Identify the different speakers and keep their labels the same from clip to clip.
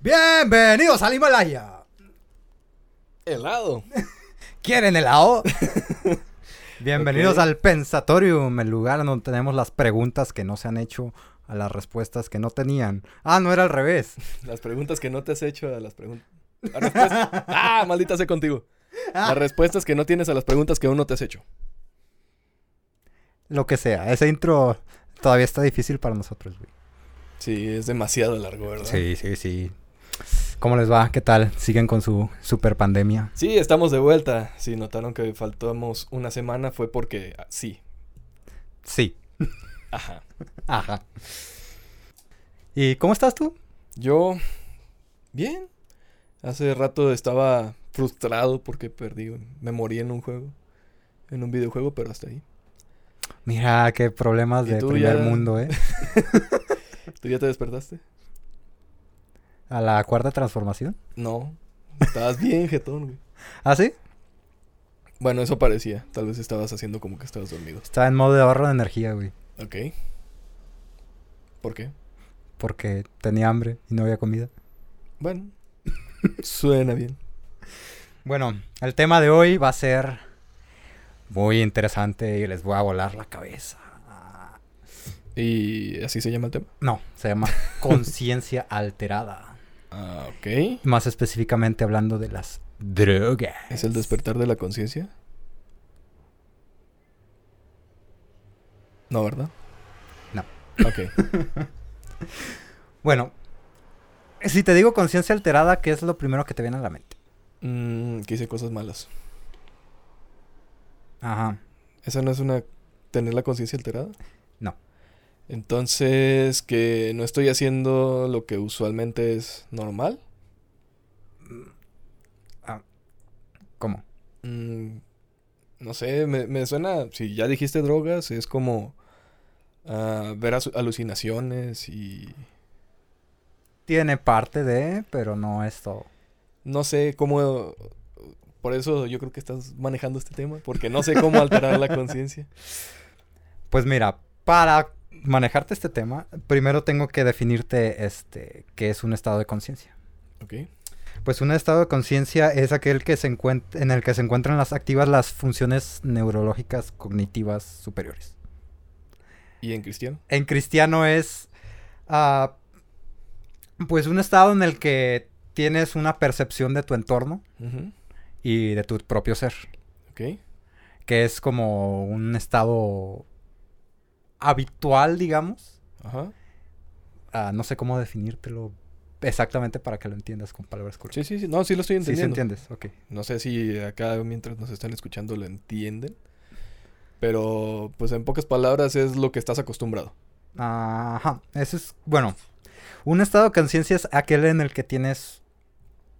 Speaker 1: Bienvenidos al Himalaya.
Speaker 2: Helado.
Speaker 1: ¿Quieren helado? Bienvenidos
Speaker 2: Ok.
Speaker 1: al Pensatorium, el lugar donde tenemos las preguntas que no se han hecho a las respuestas que no tenían. Ah, no era al revés.
Speaker 2: Las preguntas que no te has hecho a las preguntas. Ah, maldita sea contigo. Las respuestas que no tienes a las preguntas que aún no te has hecho.
Speaker 1: Lo que sea, ese intro todavía está difícil para nosotros, güey.
Speaker 2: Sí, es demasiado largo, ¿verdad?
Speaker 1: Sí, sí, sí. ¿Cómo les va? ¿Qué tal? ¿Siguen con su super pandemia?
Speaker 2: Sí, estamos de vuelta. Si notaron que faltamos una semana fue porque ah, sí.
Speaker 1: Sí.
Speaker 2: Ajá.
Speaker 1: Ajá. ¿Y cómo estás tú?
Speaker 2: Yo bien. Hace rato estaba frustrado porque perdí, me morí en un juego, en un videojuego, pero hasta ahí.
Speaker 1: Mira, qué problemas
Speaker 2: ¿Y
Speaker 1: de
Speaker 2: tú
Speaker 1: primer
Speaker 2: ya?
Speaker 1: mundo, ¿eh?
Speaker 2: ¿Tú ya te despertaste?
Speaker 1: A la cuarta transformación.
Speaker 2: No. Estabas bien jetón, güey.
Speaker 1: ¿Ah, sí?
Speaker 2: Bueno, eso parecía. Tal vez estabas haciendo como que estabas dormido.
Speaker 1: Estaba en modo de ahorro de energía, güey.
Speaker 2: Ok. ¿Por qué?
Speaker 1: Porque tenía hambre y no había comida.
Speaker 2: Bueno. Suena bien.
Speaker 1: Bueno, el tema de hoy va a ser muy interesante y les voy a volar la cabeza.
Speaker 2: ¿Y así se llama el tema?
Speaker 1: No, se llama conciencia alterada.
Speaker 2: Ah, ok.
Speaker 1: Más específicamente hablando de las drogas.
Speaker 2: ¿Es el despertar de la conciencia? No, ¿verdad?
Speaker 1: No.
Speaker 2: Ok.
Speaker 1: Bueno, si te digo conciencia alterada, ¿qué es lo primero que te viene a la mente?
Speaker 2: Mm, que hice cosas malas.
Speaker 1: Ajá.
Speaker 2: ¿Esa no es una... tener la conciencia alterada?
Speaker 1: No.
Speaker 2: Entonces, que no estoy haciendo lo que usualmente es normal.
Speaker 1: ¿Cómo?
Speaker 2: Mm, no sé, me, me suena, si ya dijiste drogas, es como ah, ver asu- alucinaciones y
Speaker 1: Tiene parte de, pero no es todo.
Speaker 2: no sé cómo... Por eso yo creo que estás manejando este tema, porque no sé cómo alterar la conciencia.
Speaker 1: Pues mira, para manejarte este tema, primero tengo que definirte este qué es un estado de conciencia.
Speaker 2: ¿Ok?
Speaker 1: Pues un estado de conciencia es aquel que se encuent- en el que se encuentran las activas las funciones neurológicas cognitivas superiores.
Speaker 2: ¿Y en cristiano?
Speaker 1: En cristiano es ah, pues un estado en el que tienes una percepción de tu entorno
Speaker 2: Ujú,
Speaker 1: y de tu propio ser,
Speaker 2: ¿Ok?
Speaker 1: que es como un estado habitual, digamos.
Speaker 2: Ajá.
Speaker 1: Ah, no sé cómo definírtelo exactamente para que lo entiendas con palabras correctas.
Speaker 2: Sí, sí, sí. No, sí lo estoy
Speaker 1: sí, sí
Speaker 2: entendiendo.
Speaker 1: entiendes, ok.
Speaker 2: No sé si acá mientras nos están escuchando lo entienden. Pero, pues en pocas palabras es lo que estás acostumbrado.
Speaker 1: Ajá, eso es, bueno, un estado de conciencia es aquel en el que tienes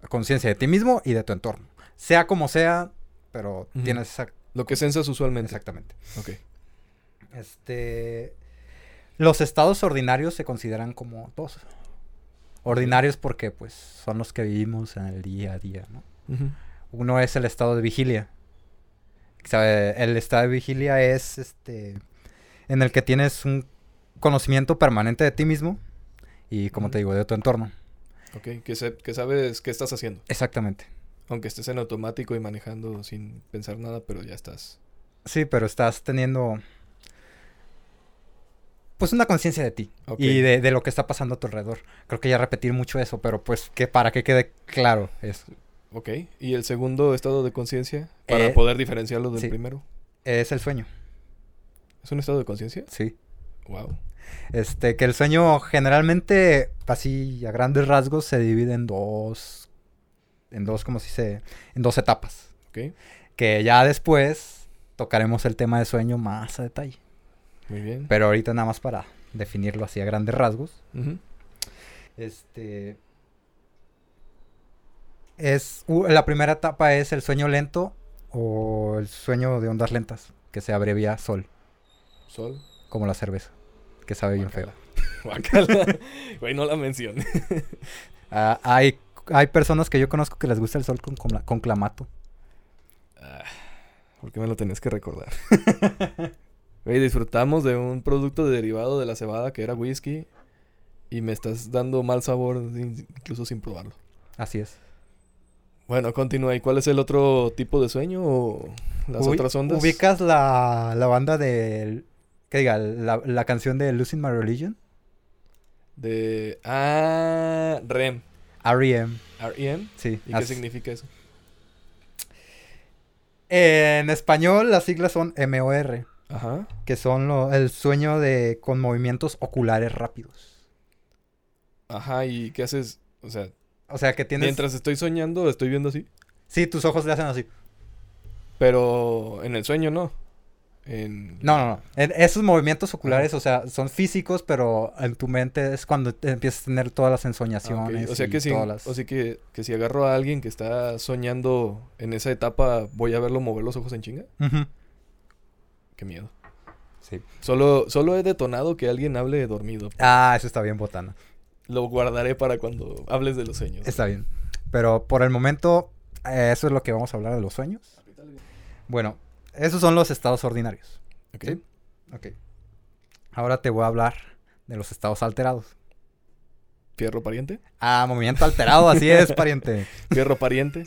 Speaker 1: conciencia de ti mismo y de tu entorno. Sea como sea, pero
Speaker 2: Ujú.
Speaker 1: tienes esa-
Speaker 2: Lo que sensas usualmente.
Speaker 1: exactamente.
Speaker 2: Ok.
Speaker 1: Este, los estados ordinarios se consideran como dos. Ordinarios porque, pues, son los que vivimos en el día a día, ¿no?
Speaker 2: Ujú.
Speaker 1: Uno es el estado de vigilia. ¿Sabe? El estado de vigilia es este en el que tienes un conocimiento permanente de ti mismo y como te digo, de tu entorno.
Speaker 2: Ok, que, se- que sabes qué estás haciendo.
Speaker 1: Exactamente.
Speaker 2: Aunque estés en automático y manejando sin pensar nada, pero ya estás.
Speaker 1: Sí, pero estás teniendo pues una conciencia de ti
Speaker 2: Ok.
Speaker 1: y de, de lo que está pasando a tu alrededor. Creo que ya repetir mucho eso, pero pues que para que quede claro eso.
Speaker 2: Ok. ¿Y el segundo estado de conciencia? Para
Speaker 1: Eh,
Speaker 2: poder diferenciarlo del
Speaker 1: sí.
Speaker 2: primero.
Speaker 1: Es el sueño,
Speaker 2: ¿Es un estado de conciencia?
Speaker 1: sí.
Speaker 2: Wow.
Speaker 1: Este, que el sueño generalmente, así a grandes rasgos, se divide en dos, en dos, como si se, en dos etapas.
Speaker 2: Ok.
Speaker 1: Que ya después tocaremos el tema de sueño más a detalle.
Speaker 2: Muy bien.
Speaker 1: Pero ahorita nada más para definirlo así a grandes rasgos.
Speaker 2: Ujú.
Speaker 1: Este. Es, u- la primera etapa es el sueño lento o el sueño de ondas lentas, que se abrevia sol,
Speaker 2: Sol.
Speaker 1: como la cerveza, que sabe bien feo.
Speaker 2: Guácala. Guácala. Güey, no la menciones.
Speaker 1: Ah, hay, hay personas que yo conozco que les gusta el sol con, con, con clamato.
Speaker 2: Ah, ¿Por qué me lo tenés que recordar? Güey, disfrutamos de un producto derivado de la cebada que era whisky. y me estás dando mal sabor in- incluso sin probarlo.
Speaker 1: Así es.
Speaker 2: Bueno, continúa. ¿Y cuál es el otro tipo de sueño o las
Speaker 1: Ubi-
Speaker 2: otras ondas?
Speaker 1: ¿Ubicas la, la banda de... Que diga, la, la canción de Losing My Religion?
Speaker 2: De. Ah, REM.
Speaker 1: R.E.M.,
Speaker 2: REM.
Speaker 1: E sí.
Speaker 2: ¿Y qué
Speaker 1: as-
Speaker 2: significa eso?
Speaker 1: En español las siglas son M.O.R.,
Speaker 2: Ajá.
Speaker 1: que son lo- el sueño de con movimientos oculares rápidos.
Speaker 2: Ajá, ¿y qué haces? O sea,
Speaker 1: O sea, que tienes...
Speaker 2: mientras estoy soñando, estoy viendo así.
Speaker 1: Sí, tus ojos le hacen así.
Speaker 2: Pero en el sueño no. En...
Speaker 1: No, no, no. En- esos movimientos oculares,
Speaker 2: Ah.
Speaker 1: o sea, son físicos, pero en tu mente es cuando te empiezas a tener todas las
Speaker 2: Ah, ok.
Speaker 1: ensoñaciones.
Speaker 2: O sea,
Speaker 1: y
Speaker 2: que si,
Speaker 1: todas las-
Speaker 2: o sea que, que si agarro a alguien que está soñando en esa etapa, voy a verlo mover los ojos en chinga.
Speaker 1: Ujú.
Speaker 2: Qué miedo.
Speaker 1: Sí.
Speaker 2: Solo, solo he detonado que alguien hable dormido.
Speaker 1: Ah, eso está bien, Botana.
Speaker 2: Lo guardaré para cuando hables de los sueños.
Speaker 1: Está bien. Pero por el momento, eh, eso es lo que vamos a hablar de los sueños. Bueno, esos son los estados ordinarios.
Speaker 2: Ok.
Speaker 1: Sí. Ok. Ahora te voy a hablar de los estados alterados.
Speaker 2: Fierro pariente.
Speaker 1: Ah, movimiento alterado, así es, pariente.
Speaker 2: Fierro pariente.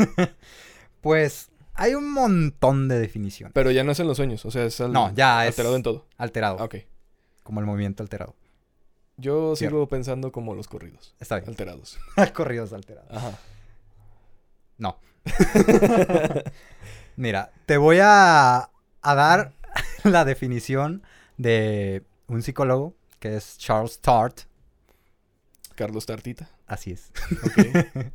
Speaker 1: Pues hay un montón de definiciones.
Speaker 2: Pero ya no es en los sueños. O sea, es al-
Speaker 1: No, ya es-
Speaker 2: alterado en todo.
Speaker 1: Alterado,
Speaker 2: Ah, ok.
Speaker 1: como el movimiento alterado.
Speaker 2: Yo sigo
Speaker 1: Fierro.
Speaker 2: pensando como los corridos.
Speaker 1: Está bien.
Speaker 2: Alterados.
Speaker 1: Corridos alterados.
Speaker 2: Ajá.
Speaker 1: No. Mira, te voy a, a dar la definición de un psicólogo que es Charles Tart.
Speaker 2: Carlos Tartita.
Speaker 1: Así es.
Speaker 2: Ok.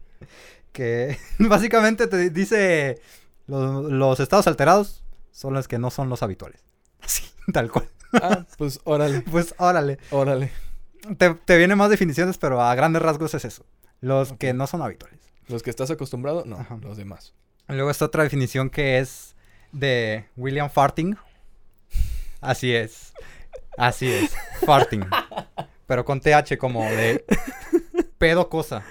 Speaker 1: Que básicamente te dice "Lo- los, estados alterados son los que no son los habituales. Así, tal cual.
Speaker 2: Ah, pues órale.
Speaker 1: Pues órale.
Speaker 2: Órale.
Speaker 1: Te, te vienen más definiciones, pero a grandes rasgos es eso. Los
Speaker 2: Ok.
Speaker 1: que no son habituales.
Speaker 2: Los que estás acostumbrado, no.
Speaker 1: Ajá.
Speaker 2: Los demás.
Speaker 1: Luego está otra definición que es de William Farting. Así es. Así es. Farting. Pero con TH como de pedo cosa.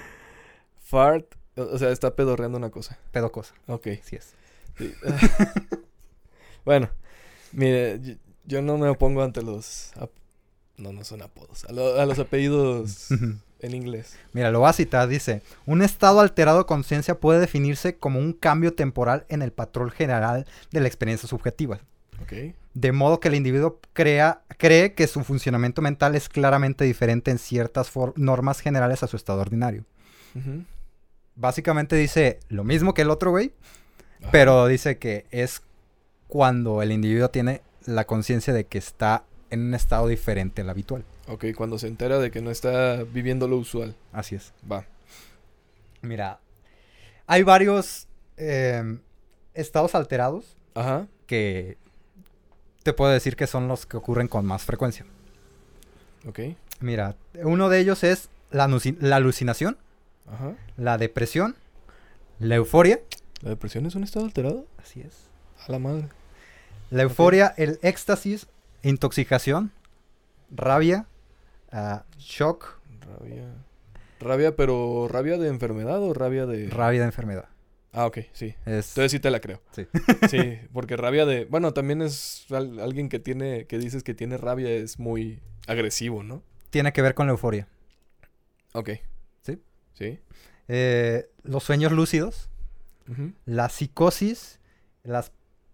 Speaker 2: Fart. O o sea, está pedorreando una cosa.
Speaker 1: Pedo cosa.
Speaker 2: Ok.
Speaker 1: Así es.
Speaker 2: Sí. bueno, mire, yo, yo no me opongo ante los... ap- No, no son apodos. A, lo- a los apellidos
Speaker 1: Ujú.
Speaker 2: en inglés.
Speaker 1: Mira, lo voy a citar. Dice, un estado alterado de conciencia puede definirse como un cambio temporal en el patrón general de la experiencia subjetiva.
Speaker 2: Ok.
Speaker 1: De modo que el individuo crea, cree que su funcionamiento mental es claramente diferente en ciertas for- normas generales a su estado ordinario.
Speaker 2: Ujú.
Speaker 1: básicamente dice lo mismo que el otro güey,
Speaker 2: Ajá.
Speaker 1: pero dice que es cuando el individuo tiene la conciencia de que está en un estado diferente al habitual.
Speaker 2: Ok, cuando se entera de que no está viviendo lo usual.
Speaker 1: Así es.
Speaker 2: Va.
Speaker 1: Mira, hay varios eh, estados alterados
Speaker 2: Ajá.
Speaker 1: que te puedo decir que son los que ocurren con más frecuencia.
Speaker 2: Ok.
Speaker 1: Mira, uno de ellos es la, aluci- la alucinación,
Speaker 2: Ajá.
Speaker 1: la depresión, la euforia.
Speaker 2: ¿La depresión es un estado alterado?
Speaker 1: Así es.
Speaker 2: A la madre.
Speaker 1: La euforia, el éxtasis, intoxicación, rabia, ah, shock,
Speaker 2: Rabia. Rabia, pero rabia de enfermedad o rabia de...
Speaker 1: rabia de enfermedad.
Speaker 2: ah, ok, sí.
Speaker 1: Es-
Speaker 2: Entonces sí te la creo.
Speaker 1: Sí.
Speaker 2: Sí, porque rabia de. Bueno, también es al- alguien que tiene. que dices que tiene rabia es muy agresivo, ¿no?
Speaker 1: tiene que ver con la euforia.
Speaker 2: Ok.
Speaker 1: Sí.
Speaker 2: Sí.
Speaker 1: Eh, los sueños lúcidos,
Speaker 2: Ujú.
Speaker 1: la psicosis, las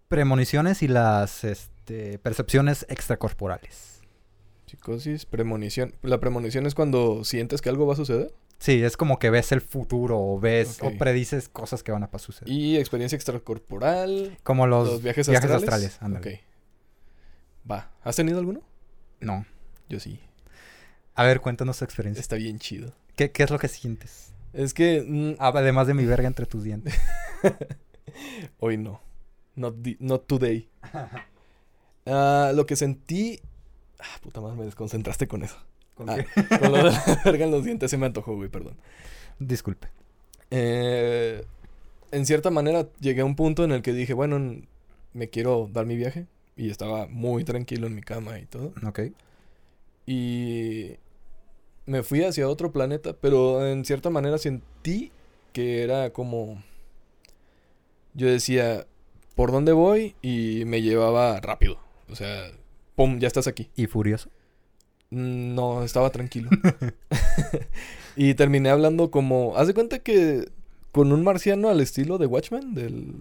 Speaker 1: premoniciones y las este, percepciones extracorporales.
Speaker 2: Psicosis, premonición. La premonición es cuando sientes que algo va a suceder.
Speaker 1: Sí, es como que ves el futuro o ves
Speaker 2: Ok.
Speaker 1: o predices cosas que van a pa- suceder.
Speaker 2: Y experiencia extracorporal.
Speaker 1: como los,
Speaker 2: Los, viajes, astrales.
Speaker 1: ándale.
Speaker 2: Ok. Va. ¿Has tenido alguno?
Speaker 1: No.
Speaker 2: Yo sí.
Speaker 1: A ver, cuéntanos tu experiencia.
Speaker 2: Está bien chido.
Speaker 1: ¿Qué, qué es lo que sientes?
Speaker 2: Es que. mm,
Speaker 1: Ah, Además de mi verga entre tus dientes.
Speaker 2: Hoy no. Not, di- not today. Ah, lo que sentí. Ah, puta madre, me desconcentraste con eso.
Speaker 1: ¿Con
Speaker 2: Ah,
Speaker 1: qué?
Speaker 2: Con lo de la verga en los dientes se me antojó, güey, perdón.
Speaker 1: Disculpe.
Speaker 2: Eh, en cierta manera llegué a un punto en el que dije, bueno, n- me quiero dar mi viaje. Y estaba muy tranquilo en mi cama y todo.
Speaker 1: Ok.
Speaker 2: Y me fui hacia otro planeta, pero en cierta manera sentí que era como... Yo decía, ¿por dónde voy? Y me llevaba rápido. O sea, ¡pum! Ya estás aquí.
Speaker 1: ¿Y furioso?
Speaker 2: Mm, No, estaba tranquilo. y terminé hablando como. Haz de cuenta que con un marciano al estilo de Watchmen, del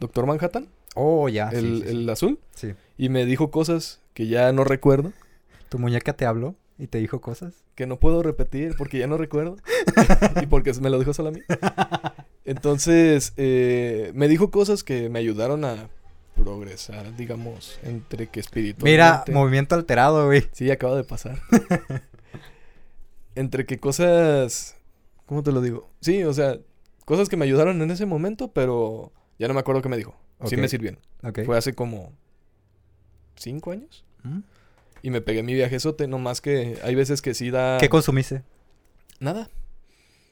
Speaker 2: Doctor Manhattan,
Speaker 1: Oh, ya. sí,
Speaker 2: el,
Speaker 1: sí, sí,
Speaker 2: el azul,
Speaker 1: sí.
Speaker 2: y me dijo cosas que ya no recuerdo,
Speaker 1: ¿Tu muñeca te habló y te dijo cosas?
Speaker 2: que no puedo repetir porque ya no recuerdo y porque me lo dijo solo a mí. Entonces, eh, me dijo cosas que me ayudaron a progresar, digamos, entre que
Speaker 1: Mira,
Speaker 2: espiritualmente.
Speaker 1: movimiento alterado, güey.
Speaker 2: Sí, acaba de pasar. Entre que cosas. ¿Cómo te lo digo? Sí, o sea, cosas que me ayudaron en ese momento, pero ya no me acuerdo qué me dijo. Sí me
Speaker 1: Ok.
Speaker 2: sirvieron.
Speaker 1: Ok.
Speaker 2: Fue hace como. ¿Cinco años?
Speaker 1: ¿Mm?
Speaker 2: Y me pegué mi viajezote, nomás que hay veces que sí da.
Speaker 1: ¿Qué consumiste?
Speaker 2: Nada.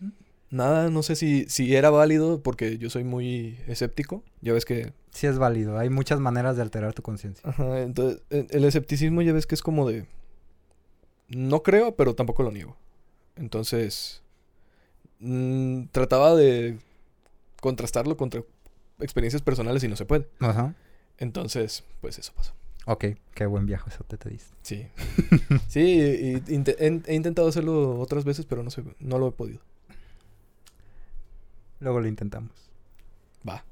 Speaker 1: ¿Mm?
Speaker 2: Nada, no sé si, si era válido, porque yo soy muy escéptico. Ya ves que
Speaker 1: Sí es válido. Hay muchas maneras de alterar tu conciencia.
Speaker 2: Ajá, entonces, e- el escepticismo ya ves que es como de... No creo, pero tampoco lo niego. Entonces, mm, trataba de contrastarlo contra experiencias personales y no se puede.
Speaker 1: Ajá.
Speaker 2: Entonces, pues eso pasó.
Speaker 1: Ok. Qué buen viaje eso te, te diste.
Speaker 2: Sí. sí, y- y inte- he, he intentado hacerlo otras veces, pero no, se, no lo he podido.
Speaker 1: Luego lo intentamos.
Speaker 2: Va,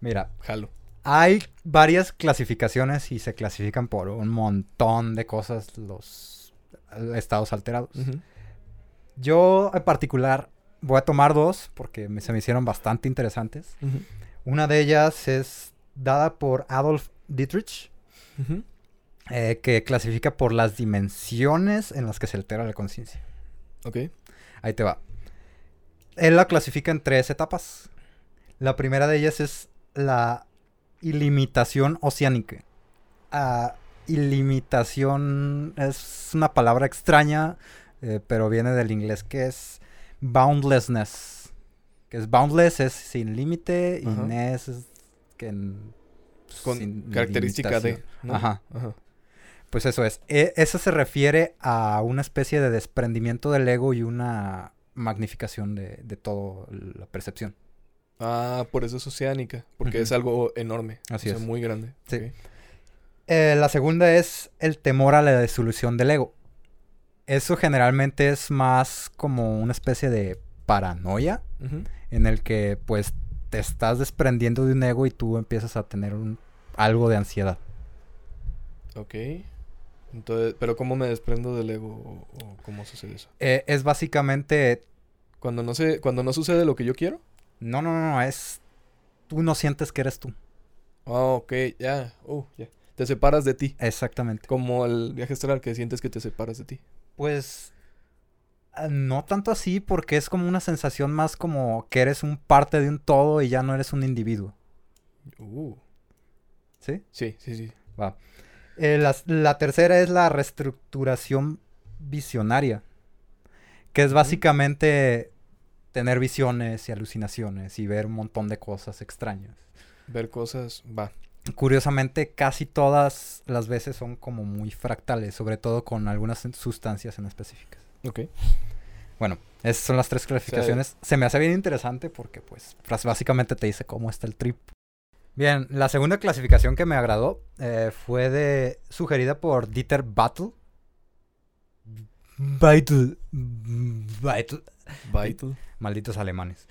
Speaker 1: Mira,
Speaker 2: jalo.
Speaker 1: Hay varias clasificaciones y se clasifican por un montón de cosas los eh, estados alterados.
Speaker 2: Ujú.
Speaker 1: Yo en particular voy a tomar dos porque me- se me hicieron bastante interesantes.
Speaker 2: Ujú.
Speaker 1: Una de ellas es dada por Adolf Dietrich,
Speaker 2: Ujú.
Speaker 1: eh, que clasifica por las dimensiones en las que se altera la conciencia.
Speaker 2: Ok.
Speaker 1: Ahí te va. Él la clasifica en tres etapas. La primera de ellas es la ilimitación oceánica. Ah, ilimitación es una palabra extraña, eh, pero viene del inglés que es boundlessness. Que es boundless es sin límite y
Speaker 2: Ajá.
Speaker 1: ness es que en-
Speaker 2: Con
Speaker 1: sin
Speaker 2: característica de...
Speaker 1: limitación.
Speaker 2: ¿no?
Speaker 1: Ajá.
Speaker 2: Ajá.
Speaker 1: Pues eso es. E- eso se refiere a una especie de desprendimiento del ego y una magnificación de, de toda la percepción.
Speaker 2: Ah, por eso es oceánica, porque
Speaker 1: Ujú.
Speaker 2: es algo enorme,
Speaker 1: Así
Speaker 2: o
Speaker 1: es.
Speaker 2: sea, muy grande.
Speaker 1: Sí.
Speaker 2: ok.
Speaker 1: Eh, la segunda es el temor a la disolución del ego. Eso generalmente es más como una especie de paranoia
Speaker 2: Ujú.
Speaker 1: en el que pues te estás desprendiendo de un ego y tú empiezas a tener un- algo de ansiedad.
Speaker 2: Ok. Entonces, pero ¿cómo me desprendo del ego o, o cómo sucede eso?
Speaker 1: Eh, es básicamente...
Speaker 2: Cuando no se, cuando no sucede lo que yo quiero.
Speaker 1: No, no, no, no, es... Tú no sientes que eres tú.
Speaker 2: Ah, ok, ya, uh, ya. Te separas de ti,
Speaker 1: Exactamente.
Speaker 2: como el viaje astral que sientes que te separas de ti.
Speaker 1: Pues ah, no tanto así porque es como una sensación más como que eres un parte de un todo y ya no eres un individuo,
Speaker 2: Uh,
Speaker 1: ¿sí?
Speaker 2: sí, sí, sí.
Speaker 1: Va. Eh, las- la tercera es la reestructuración visionaria, que es básicamente tener visiones y alucinaciones y ver un montón de cosas extrañas.
Speaker 2: Ver cosas, va.
Speaker 1: Curiosamente, casi todas las veces son como muy fractales, sobre todo con algunas sustancias en específicas.
Speaker 2: Ok.
Speaker 1: Bueno, esas son las tres clasificaciones. Se me hace bien interesante porque, pues, fras- básicamente te dice cómo está el trip. Bien, la segunda clasificación que me agradó eh, fue de sugerida por Dieter Battle. Battle. Battle.
Speaker 2: Vital.
Speaker 1: Malditos alemanes.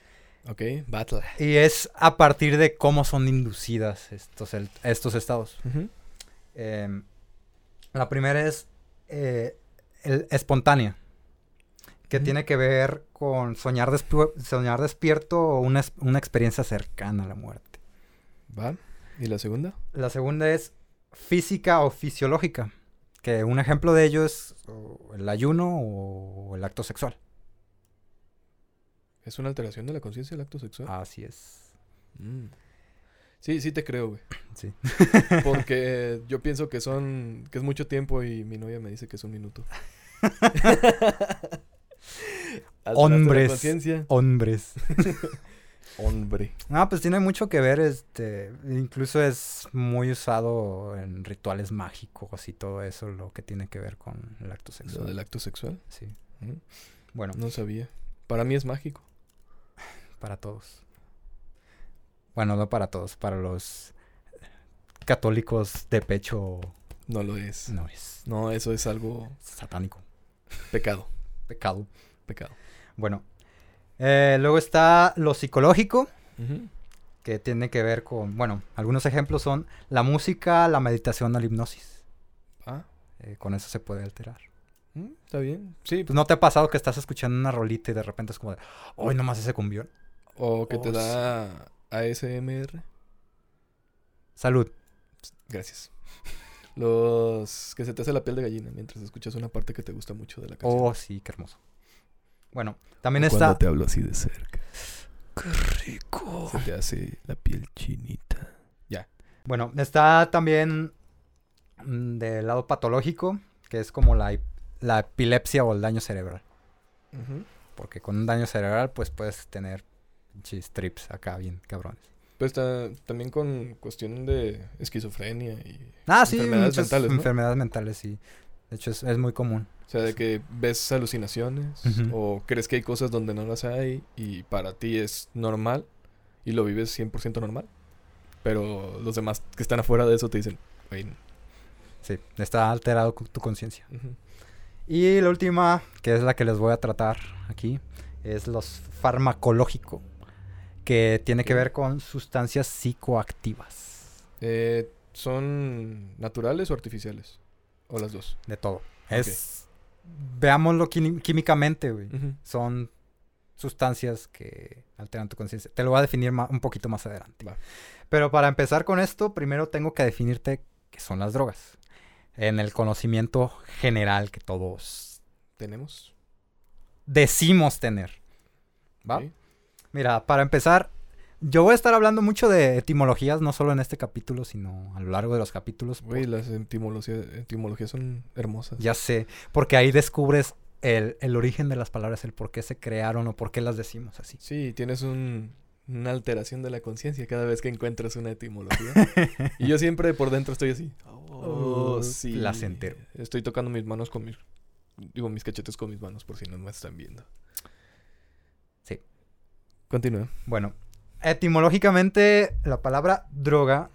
Speaker 2: Ok, battle.
Speaker 1: Y es a partir de cómo son inducidas estos, el- estos estados.
Speaker 2: Ujú.
Speaker 1: Em, la primera es eh, el- espontánea, que
Speaker 2: Ujú.
Speaker 1: tiene que ver con soñar, despu- soñar despierto o una, es- una experiencia cercana a la muerte.
Speaker 2: Va. ¿Y la segunda?
Speaker 1: La segunda es física o fisiológica, que un ejemplo de ello es o, el ayuno o el acto sexual.
Speaker 2: ¿Es una alteración de la conciencia del acto sexual?
Speaker 1: Así es.
Speaker 2: Mm. Sí, sí te creo, güey.
Speaker 1: Sí.
Speaker 2: Porque yo pienso que son. que es mucho tiempo y mi novia me dice que es un minuto. Alteraste la
Speaker 1: Hombres.
Speaker 2: conciencia.
Speaker 1: Hombres.
Speaker 2: Hombre.
Speaker 1: No, pues tiene mucho que ver, este, incluso es muy usado en rituales mágicos y todo eso, lo que tiene que ver con el acto
Speaker 2: ¿Lo
Speaker 1: sexual.
Speaker 2: del acto sexual?
Speaker 1: Sí.
Speaker 2: Ujú.
Speaker 1: Bueno,
Speaker 2: No sabía. Para mí es mágico.
Speaker 1: para todos. Bueno, no para todos, para los católicos de pecho
Speaker 2: No lo es.
Speaker 1: no es
Speaker 2: No, eso es algo
Speaker 1: satánico.
Speaker 2: Pecado,
Speaker 1: Pecado.
Speaker 2: pecado.
Speaker 1: Bueno. eh, luego está lo psicológico, que tiene que ver con, bueno, algunos ejemplos son la música, la meditación, la hipnosis.
Speaker 2: Ah,
Speaker 1: Eh, con eso se puede alterar.
Speaker 2: mm, está bien. Sí.
Speaker 1: Pues, ¿No te ha pasado que estás escuchando una rolita y de repente es como de, ¡ay, nomás ese cumbión!
Speaker 2: O que te
Speaker 1: Oh,
Speaker 2: da ASMR.
Speaker 1: Salud.
Speaker 2: Gracias. Los que se te hace la piel de gallina mientras escuchas una parte que te gusta mucho de la canción.
Speaker 1: Oh, sí, qué hermoso. Bueno, también está...
Speaker 2: te hablo así de cerca. ¡Qué rico! Se te hace la piel chinita.
Speaker 1: Bueno, está también mm, del lado patológico, que es como la, hip- la epilepsia o el daño cerebral. Porque con un daño cerebral, pues puedes tener pinches trips acá bien cabrones.
Speaker 2: Pues ta- también con cuestión de esquizofrenia y...
Speaker 1: Ah, sí,
Speaker 2: Enfermedades
Speaker 1: muchas
Speaker 2: mentales, ¿no?
Speaker 1: enfermedades mentales, sí. De hecho, es, es muy común.
Speaker 2: O sea, de que ves alucinaciones
Speaker 1: Ujú.
Speaker 2: o crees que hay cosas donde no las hay y para ti es normal y lo vives 100% normal. Pero los demás que están afuera de eso te dicen... "Güey, no".
Speaker 1: Sí, está alterado con tu conciencia.
Speaker 2: Ujú.
Speaker 1: Y la última, que es la que les voy a tratar aquí, es los farmacológico, que tiene que
Speaker 2: Ok.
Speaker 1: ver con sustancias psicoactivas.
Speaker 2: Eh, ¿Son naturales o artificiales? O las dos.
Speaker 1: De todo. Es. Veámoslo quini- químicamente, güey. Son sustancias que alteran tu conciencia. Te lo voy a definir ma- un poquito más adelante.
Speaker 2: Va.
Speaker 1: Pero para empezar con esto, primero tengo que definirte qué son las drogas. En el conocimiento general que todos
Speaker 2: ¿Tenemos?
Speaker 1: decimos tener. ¿Va?
Speaker 2: Sí.
Speaker 1: Mira, para empezar, yo voy a estar hablando mucho de etimologías, no solo en este capítulo, sino a lo largo de los capítulos.
Speaker 2: Güey,
Speaker 1: por-
Speaker 2: las etimologías, etimologías son hermosas.
Speaker 1: Ya sé, porque ahí descubres el, el origen de las palabras, el por qué se crearon o por qué las decimos así.
Speaker 2: Sí, tienes un- una alteración de la conciencia cada vez que encuentras una etimología. y yo siempre por dentro estoy así. Oh,
Speaker 1: Oh,
Speaker 2: sí.
Speaker 1: placentero.
Speaker 2: Estoy tocando mis manos con mis... Digo, mis cachetes con mis manos por si no me están viendo.
Speaker 1: Sí.
Speaker 2: Continúa.
Speaker 1: Bueno, etimológicamente la palabra droga,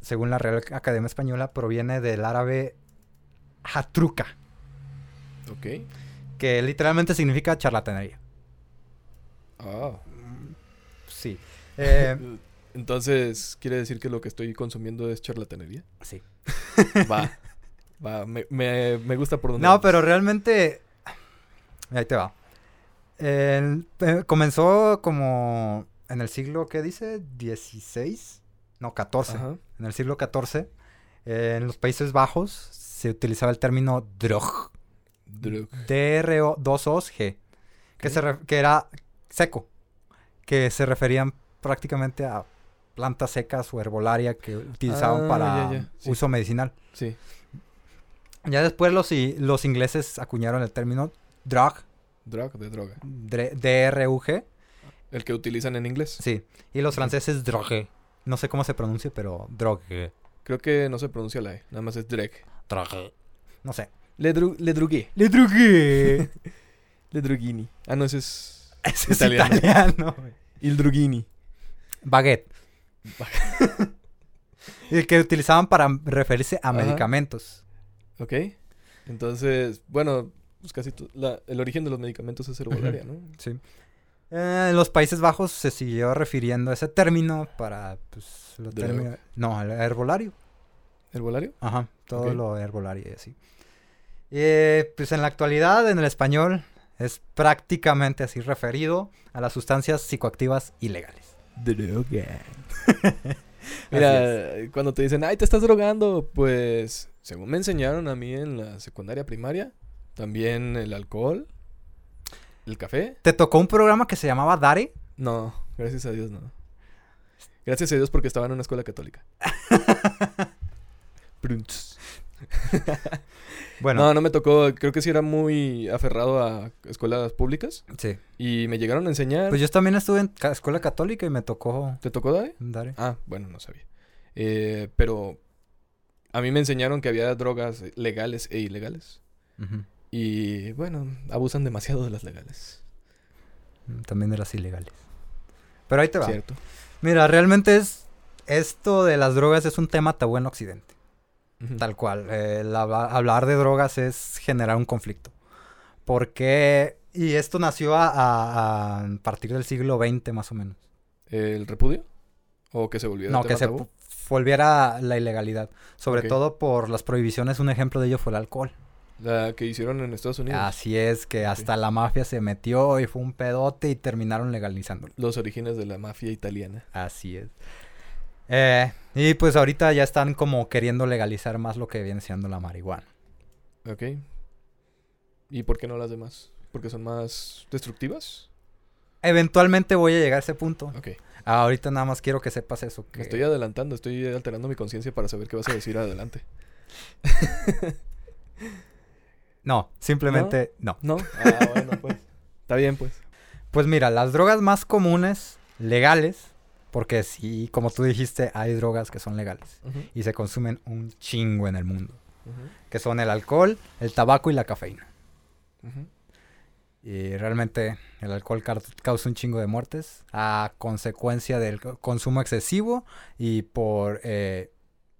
Speaker 1: según la Real Academia Española, proviene del árabe hatruca,
Speaker 2: Ok.
Speaker 1: que literalmente significa charlatanería.
Speaker 2: Ah.
Speaker 1: Sí. Eh,
Speaker 2: Entonces, ¿quiere decir que lo que estoy consumiendo es charlatanería?
Speaker 1: sí.
Speaker 2: Va. Va, me, me- me gusta por donde
Speaker 1: No,
Speaker 2: vas.
Speaker 1: pero realmente... Ahí te va. El- eh, comenzó como en el siglo, ¿qué dice? ¿16? No, 14.
Speaker 2: Ajá.
Speaker 1: En el siglo XIV, eh, en los Países Bajos, se utilizaba el término drog.
Speaker 2: Drug.
Speaker 1: D-R-O-2-O-G. Que,
Speaker 2: Ok.
Speaker 1: se re- que era seco. Que se referían prácticamente a plantas secas o herbolaria que utilizaban
Speaker 2: Ah,
Speaker 1: para
Speaker 2: ya, ya, sí.
Speaker 1: uso medicinal.
Speaker 2: Sí.
Speaker 1: Ya después los, i- los ingleses acuñaron el término drug,
Speaker 2: Drug, de droga.
Speaker 1: dre- D-R-U-G.
Speaker 2: El que utilizan en inglés.
Speaker 1: Sí. Y los
Speaker 2: Ujú.
Speaker 1: franceses drogue. No sé cómo se pronuncia, pero drogue.
Speaker 2: Creo que no se pronuncia la E, nada más es Dreg.
Speaker 1: Drogue. No sé.
Speaker 2: Le, drugué.
Speaker 1: Le drogué.
Speaker 2: Le drughini. Ah, no, ese es
Speaker 1: Ese es
Speaker 2: Italiano.
Speaker 1: italiano, güey.
Speaker 2: il drughini.
Speaker 1: Baguette. El que utilizaban para referirse a
Speaker 2: Ajá.
Speaker 1: medicamentos.
Speaker 2: ¿Ok? Entonces, bueno, pues casi to- la- el origen de los medicamentos es herbolaria, ¿no?
Speaker 1: Sí. Eh, en los Países Bajos se siguió refiriendo a ese término para, pues, lo
Speaker 2: Drug.
Speaker 1: término- No, al herbolario.
Speaker 2: ¿Herbolario?
Speaker 1: Ajá, todo
Speaker 2: Ok.
Speaker 1: lo herbolario y así. Eh, pues en la actualidad, en el español, es prácticamente así referido a las sustancias psicoactivas ilegales.
Speaker 2: Droga.
Speaker 1: Así
Speaker 2: Mira, cuando te dicen, ay, te estás drogando, pues, según me enseñaron a mí en la secundaria primaria, también el alcohol, el café.
Speaker 1: ¿Te tocó un programa que se llamaba Dare?
Speaker 2: No, gracias a Dios no. Gracias a Dios porque estaba en una escuela católica. Prunts.
Speaker 1: Bueno,
Speaker 2: No, no me tocó. Creo que sí era muy aferrado a escuelas públicas.
Speaker 1: sí.
Speaker 2: Y me llegaron a enseñar.
Speaker 1: Pues yo también estuve en ca- escuela católica y me tocó
Speaker 2: ¿Te tocó, Dade?
Speaker 1: Dare.
Speaker 2: Ah, bueno, no sabía. Eh, pero a mí me enseñaron que había drogas legales e ilegales.
Speaker 1: Ujú.
Speaker 2: Y bueno, abusan demasiado de las legales.
Speaker 1: Mm, También de las ilegales. Pero ahí te va.
Speaker 2: ¿Cierto?
Speaker 1: Mira, realmente es. Esto de las drogas es un tema tabú en Occidente.
Speaker 2: Ujú.
Speaker 1: Tal cual. eh, el habla- hablar de drogas es generar un conflicto. Porque, y esto nació a, a- a partir del siglo XX más o menos.
Speaker 2: ¿El repudio? ¿O que se volviera
Speaker 1: No,
Speaker 2: tema
Speaker 1: que se
Speaker 2: tabú?
Speaker 1: pu- volviera la ilegalidad. Sobre
Speaker 2: Ok.
Speaker 1: todo por las prohibiciones, un ejemplo de ello fue el alcohol.
Speaker 2: La que hicieron en Estados Unidos.
Speaker 1: Así es, que hasta la mafia se metió y fue un pedote y terminaron legalizándolo.
Speaker 2: Los orígenes de la mafia italiana.
Speaker 1: Así es. Eh, y pues ahorita ya están como queriendo legalizar más lo que viene siendo la marihuana.
Speaker 2: ¿Ok? ¿Y por qué no las demás? ¿Porque son más destructivas?
Speaker 1: Eventualmente voy a llegar a ese punto.
Speaker 2: Ok.
Speaker 1: Ahorita nada más quiero que sepas eso. Que
Speaker 2: Me estoy adelantando, estoy alterando mi conciencia para saber qué vas a decir adelante.
Speaker 1: No, simplemente no.
Speaker 2: ¿No? Ah, bueno, pues. Está bien, pues.
Speaker 1: Pues mira, las drogas más comunes, legales, porque sí, como tú dijiste, hay drogas que son legales
Speaker 2: Ujú,
Speaker 1: y se consumen un chingo en el mundo,
Speaker 2: ujú,
Speaker 1: que son el alcohol, el tabaco y la cafeína.
Speaker 2: ujú.
Speaker 1: Y realmente el alcohol car- causa un chingo de muertes a consecuencia del co- consumo excesivo y por, eh,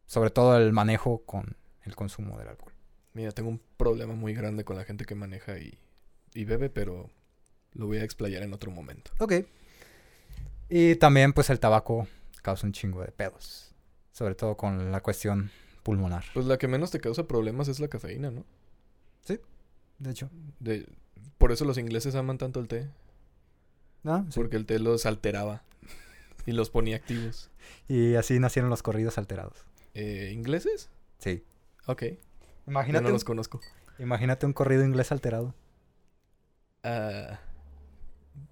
Speaker 1: sobre todo, el manejo con el consumo del alcohol.
Speaker 2: Mira, tengo un problema muy grande con la gente que maneja y, y bebe, pero lo voy a explayar en otro momento.
Speaker 1: Ok. Y también, pues, el tabaco causa un chingo de pedos, sobre todo con la cuestión pulmonar.
Speaker 2: Pues la que menos te causa problemas es la cafeína, ¿no?
Speaker 1: De hecho.
Speaker 2: De, por eso los ingleses aman tanto el té,
Speaker 1: ¿No? Sí.
Speaker 2: porque el té los alteraba y los ponía activos.
Speaker 1: Y así nacieron los corridos alterados.
Speaker 2: Eh, ¿Ingleses?
Speaker 1: Sí.
Speaker 2: Ok, yo
Speaker 1: Imagínate,
Speaker 2: no los
Speaker 1: un,
Speaker 2: conozco.
Speaker 1: imagínate un corrido inglés alterado.
Speaker 2: Ah,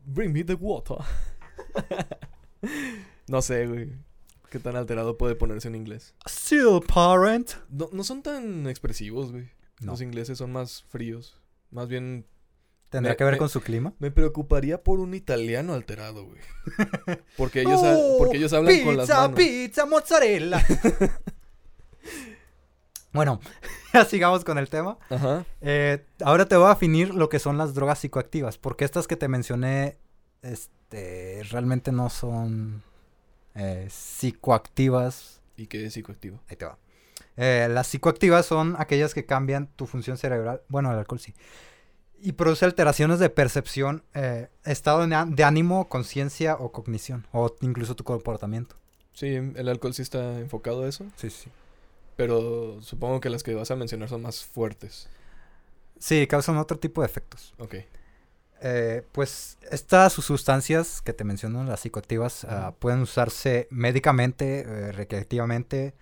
Speaker 2: bring me the water. no sé, güey. ¿Qué tan alterado puede ponerse en inglés?
Speaker 1: Still parent.
Speaker 2: No, no son tan expresivos, güey.
Speaker 1: No.
Speaker 2: Los ingleses son más fríos. Más bien,
Speaker 1: ¿Tendrá
Speaker 2: Me-
Speaker 1: que ver
Speaker 2: me-
Speaker 1: con su clima?
Speaker 2: me preocuparía por un italiano alterado, güey. Porque ellos, ha- porque ellos hablan con las manos.
Speaker 1: Oh, Pizza, mozzarella. bueno, ya sigamos con el tema.
Speaker 2: Ajá.
Speaker 1: Eh, ahora te voy a definir lo que son las drogas psicoactivas, porque estas que te mencioné este, realmente no son eh, psicoactivas.
Speaker 2: ¿Y qué es psicoactivo?
Speaker 1: Ahí te va. Eh, las psicoactivas son aquellas que cambian tu función cerebral. Bueno, el alcohol sí. Y produce alteraciones de percepción, eh, estado de á- de ánimo, conciencia o cognición, o incluso tu comportamiento.
Speaker 2: Sí, el alcohol sí está enfocado a eso.
Speaker 1: Sí, sí.
Speaker 2: Pero supongo que las que vas a mencionar son más fuertes.
Speaker 1: Sí, causan otro tipo de efectos.
Speaker 2: Ok.
Speaker 1: Eh, pues estas sus- sustancias que te menciono, las psicoactivas, ah,
Speaker 2: Ujú.
Speaker 1: pueden usarse médicamente, eh, recreativamente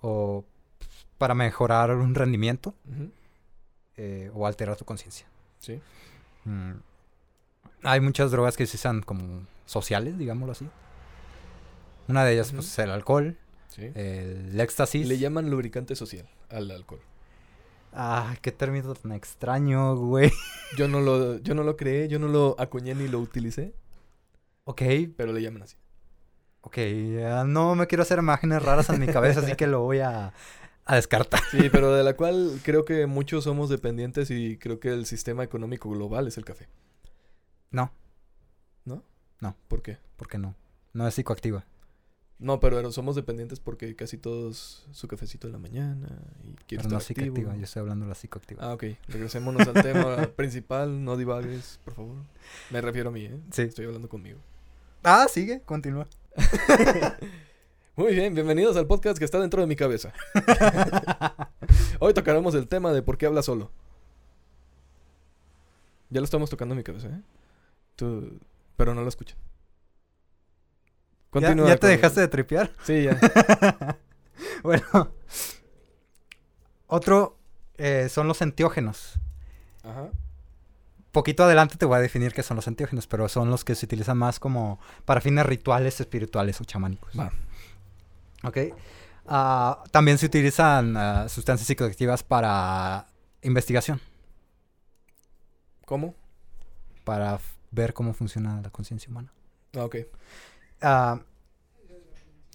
Speaker 1: o pues, para mejorar un rendimiento
Speaker 2: Ujú.
Speaker 1: eh, o alterar tu conciencia.
Speaker 2: Sí.
Speaker 1: Mm. Hay muchas drogas que se usan como sociales, digámoslo así. Una de ellas
Speaker 2: Ujú.
Speaker 1: pues, es el alcohol,
Speaker 2: Sí.
Speaker 1: Eh, el éxtasis.
Speaker 2: Le llaman lubricante social al alcohol.
Speaker 1: Ah, qué término tan extraño, güey.
Speaker 2: Yo no lo, yo no lo creé, yo no lo acuñé ni lo utilicé,
Speaker 1: Ok,
Speaker 2: pero le llaman así.
Speaker 1: ok, ah, no me quiero hacer imágenes raras en mi cabeza, así que lo voy a, a descartar.
Speaker 2: Sí, pero de la cual creo que muchos somos dependientes y creo que el sistema económico global es el café.
Speaker 1: No,
Speaker 2: ¿Por qué?
Speaker 1: ¿por qué no? No es psicoactiva.
Speaker 2: No, pero er- somos dependientes porque casi todos su cafecito en la mañana y quiere
Speaker 1: Pero no es
Speaker 2: estar activo.
Speaker 1: psicoactiva, yo estoy hablando de la psicoactiva.
Speaker 2: Ah, ok. Regresémonos al tema principal. No divagues, por favor. Me refiero a mí, ¿eh?
Speaker 1: Sí.
Speaker 2: Estoy hablando conmigo.
Speaker 1: Ah, sigue, continúa.
Speaker 2: Muy bien, bienvenidos al podcast que está dentro de mi cabeza. Hoy tocaremos el tema de por qué habla solo. Ya lo estamos tocando en mi cabeza, ¿eh? Tú- Pero no lo escuchan.
Speaker 1: ¿Ya,
Speaker 2: Continúa
Speaker 1: ya te
Speaker 2: con-
Speaker 1: dejaste de tripear?
Speaker 2: Sí, ya.
Speaker 1: bueno. Otro eh, son los entiógenos.
Speaker 2: Ajá.
Speaker 1: Poquito adelante te voy a definir qué son los entiógenos, pero son los que se utilizan más como para fines rituales, espirituales o chamánicos.
Speaker 2: Va.
Speaker 1: Ok. Ah, también se utilizan ah, sustancias psicoactivas para investigación,
Speaker 2: ¿Cómo?
Speaker 1: para f- ver cómo funciona la conciencia humana.
Speaker 2: Ah, ok.
Speaker 1: Ah,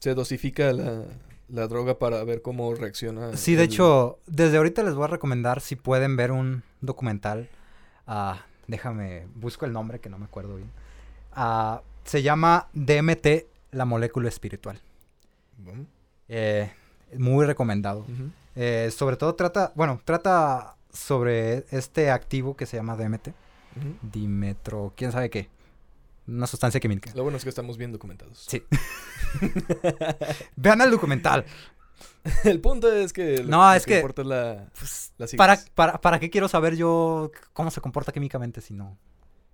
Speaker 2: Se dosifica la, la droga para ver cómo reacciona.
Speaker 1: Sí, de
Speaker 2: el-
Speaker 1: hecho, desde ahorita les voy a recomendar si pueden ver un documental. ah, déjame, busco el nombre que no me acuerdo bien. Ah, se llama DMT, la molécula espiritual.
Speaker 2: Ujú.
Speaker 1: Eh, muy recomendado.
Speaker 2: Ujú.
Speaker 1: Eh, sobre todo trata, bueno, trata sobre este activo que se llama DMT.
Speaker 2: Ujú.
Speaker 1: Dimetro, quién sabe qué. Una sustancia química.
Speaker 2: Lo bueno es que estamos bien documentados.
Speaker 1: Sí. Vean el documental.
Speaker 2: el punto es que lo,
Speaker 1: No,
Speaker 2: lo
Speaker 1: es que-
Speaker 2: importa es la, las
Speaker 1: ¿Para,
Speaker 2: siglas.
Speaker 1: para, para qué quiero saber yo cómo se comporta químicamente si no?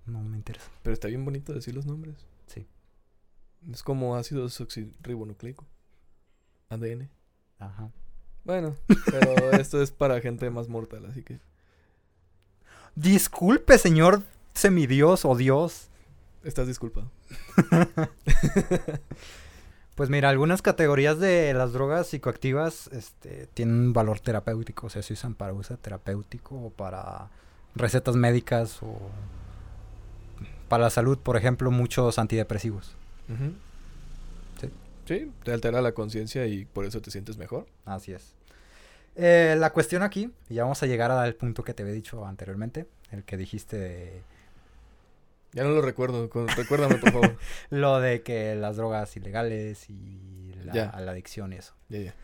Speaker 1: No me interesa.
Speaker 2: Pero está bien bonito decir los nombres.
Speaker 1: Sí.
Speaker 2: Es como ácido desoxirribonucleico. ADN.
Speaker 1: Ajá.
Speaker 2: Bueno, pero esto es para gente más mortal, así que
Speaker 1: Disculpe, señor semidios o dios.
Speaker 2: estás disculpado.
Speaker 1: Pues mira, algunas categorías de las drogas psicoactivas este, tienen un valor terapéutico, o sea, se usan para uso terapéutico o para recetas médicas o para la salud, por ejemplo, muchos antidepresivos. Sí.
Speaker 2: Sí, te altera la conciencia y por eso te sientes mejor.
Speaker 1: Así es. Eh, la cuestión aquí, y ya vamos a llegar al punto que te había dicho anteriormente, el que dijiste de
Speaker 2: Ya no lo recuerdo, con- recuérdame por favor.
Speaker 1: lo de que las drogas ilegales y la,
Speaker 2: Ya.
Speaker 1: la adicción y eso.
Speaker 2: ya, ya.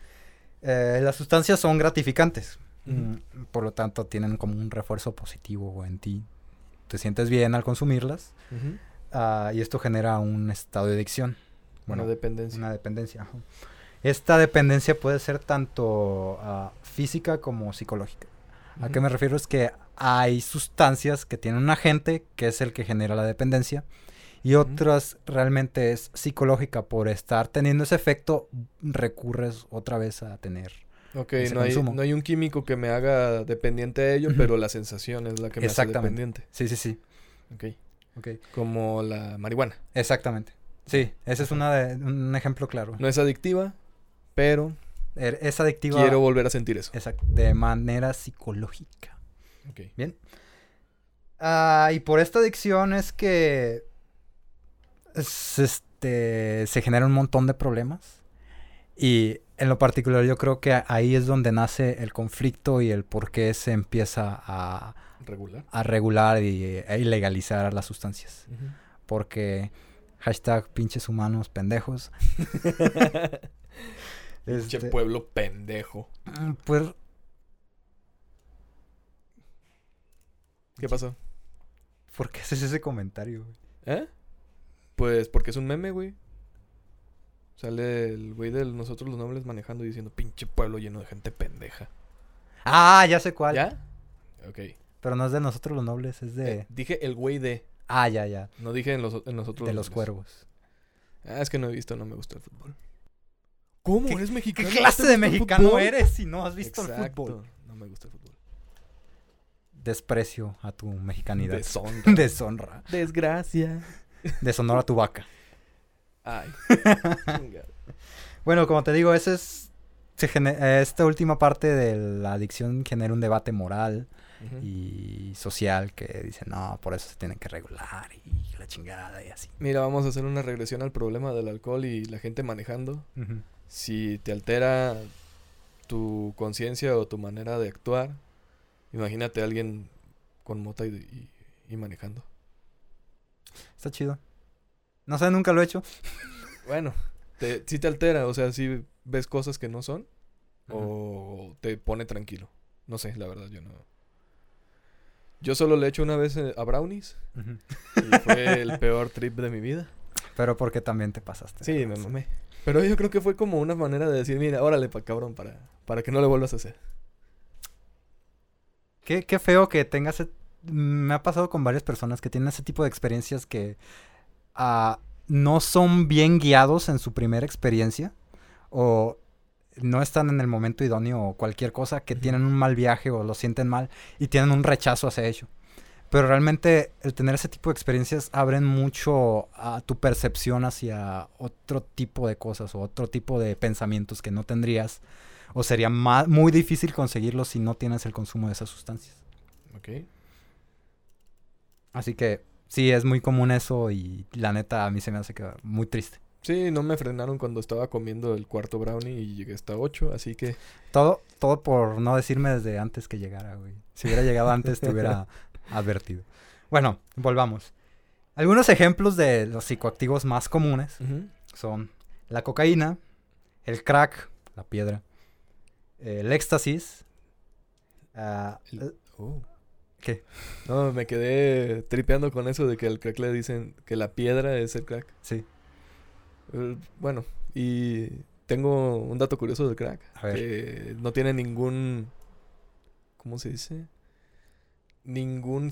Speaker 1: Eh, las sustancias son gratificantes.
Speaker 2: Ujú.
Speaker 1: Mm, Por lo tanto, tienen como un refuerzo positivo en ti. Te sientes bien al consumirlas
Speaker 2: Ujú.
Speaker 1: ah, y esto genera un estado de adicción. Bueno,
Speaker 2: Una dependencia.
Speaker 1: una dependencia. ajá. Esta dependencia puede ser tanto ah, física como psicológica. ¿A qué
Speaker 2: Ujú.
Speaker 1: me refiero? Es que hay sustancias que tienen un agente que es el que genera la dependencia y
Speaker 2: Ujú.
Speaker 1: otras realmente es psicológica. Por estar teniendo ese efecto, recurres otra vez a tener
Speaker 2: Ok,
Speaker 1: ese
Speaker 2: no hay,
Speaker 1: consumo.
Speaker 2: no hay un químico que me haga dependiente a ello,
Speaker 1: Ujú.
Speaker 2: pero la sensación es la que me hace
Speaker 1: Exactamente.
Speaker 2: dependiente.
Speaker 1: Sí, sí, sí.
Speaker 2: Ok.
Speaker 1: Ok.
Speaker 2: Como la marihuana.
Speaker 1: Exactamente. Sí, ese es una de- un ejemplo claro.
Speaker 2: No es adictiva, pero
Speaker 1: Er- Es adictiva
Speaker 2: quiero volver a sentir eso.
Speaker 1: exact- de manera psicológica.
Speaker 2: Ok.
Speaker 1: Ah, y por esta adicción es que es, este, se genera un montón de problemas. Y en lo particular yo creo que ahí es donde nace el conflicto y el por qué se empieza a,
Speaker 2: Regular.
Speaker 1: a regular y e ilegalizar las sustancias. Porque hashtag pinches humanos pendejos.
Speaker 2: Che
Speaker 1: Este,
Speaker 2: pueblo pendejo.
Speaker 1: Mm, Pues
Speaker 2: ¿Qué pasó?
Speaker 1: ¿Por qué haces ese comentario, güey?
Speaker 2: ¿Eh? Pues porque es un meme, güey. Sale el güey de nosotros los nobles manejando y diciendo pinche pueblo lleno de gente pendeja.
Speaker 1: Ah, ya sé cuál.
Speaker 2: ¿Ya? Ok. Eh,
Speaker 1: Pero no es de nosotros los nobles, es de.
Speaker 2: dije el güey de.
Speaker 1: Ah, ya, ya.
Speaker 2: No dije en, los, en Eh, nosotros
Speaker 1: De los
Speaker 2: nobles.
Speaker 1: cuervos.
Speaker 2: Ah, es que no he visto, no me gusta el fútbol. ¿Cómo?
Speaker 1: ¿Qué-
Speaker 2: ¿Eres
Speaker 1: ¿Qué
Speaker 2: mexicano? ¿No te
Speaker 1: clase de
Speaker 2: gusta el
Speaker 1: mexicano
Speaker 2: fútbol?
Speaker 1: eres si no has visto el
Speaker 2: Exacto.
Speaker 1: fútbol?
Speaker 2: No me gusta el fútbol.
Speaker 1: Desprecio a tu mexicanidad.
Speaker 2: Deshonra.
Speaker 1: Deshonra.
Speaker 2: Desgracia.
Speaker 1: Deshonor a tu vaca.
Speaker 2: Ay. Chinga.
Speaker 1: Bueno, como te digo, ese es. se gene- eh, esta última parte de la adicción genera un debate moral
Speaker 2: Ujú.
Speaker 1: y social que dice, no, por eso se tienen que regular y la chingada y así.
Speaker 2: Mira, vamos a hacer una regresión al problema del alcohol y la gente manejando.
Speaker 1: Ujú.
Speaker 2: Si te altera tu conciencia o tu manera de actuar, imagínate a alguien con mota y, y- y manejando.
Speaker 1: Está chido. No sé, nunca lo he hecho.
Speaker 2: Bueno, te, sí te altera, o sea, si ves cosas que no son o te pone tranquilo. No sé, la verdad, yo no. Yo solo le he hecho una vez eh, a brownies
Speaker 1: Ujú.
Speaker 2: y fue el peor trip de mi vida.
Speaker 1: Pero porque también te pasaste. de
Speaker 2: Sí, me
Speaker 1: lanza.
Speaker 2: mamé. Pero yo creo que fue como una manera de decir, mira, órale, pa' cabrón, para, para que no le vuelvas a hacer.
Speaker 1: Qué, qué feo que tengas. e- Me ha pasado con varias personas que tienen ese tipo de experiencias que ah, no son bien guiados en su primera experiencia o no están en el momento idóneo o cualquier cosa, que
Speaker 2: Ujú.
Speaker 1: tienen un mal viaje o lo sienten mal y tienen un rechazo hacia ello. Pero realmente el tener ese tipo de experiencias abren mucho a tu percepción hacia otro tipo de cosas o otro tipo de pensamientos que no tendrías o sería ma- muy difícil conseguirlos si no tienes el consumo de esas sustancias.
Speaker 2: Ok.
Speaker 1: Así que sí, es muy común eso y la neta a mí se me hace que muy triste.
Speaker 2: Sí, no me frenaron cuando estaba comiendo el cuarto brownie y llegué hasta 8, así que
Speaker 1: Todo, todo por no decirme desde antes que llegara, güey. Si hubiera llegado antes, te hubiera advertido. Bueno, volvamos. Algunos ejemplos de los psicoactivos más comunes son la cocaína, el crack, la piedra, el éxtasis, ah,
Speaker 2: El- Oh.
Speaker 1: ¿Qué?
Speaker 2: No, me quedé tripeando con eso de que al crack le dicen que la piedra es el crack.
Speaker 1: Sí.
Speaker 2: Eh, Bueno, y tengo un dato curioso del crack.
Speaker 1: A ver.
Speaker 2: Que no tiene ningún... ¿Cómo se dice? Ningún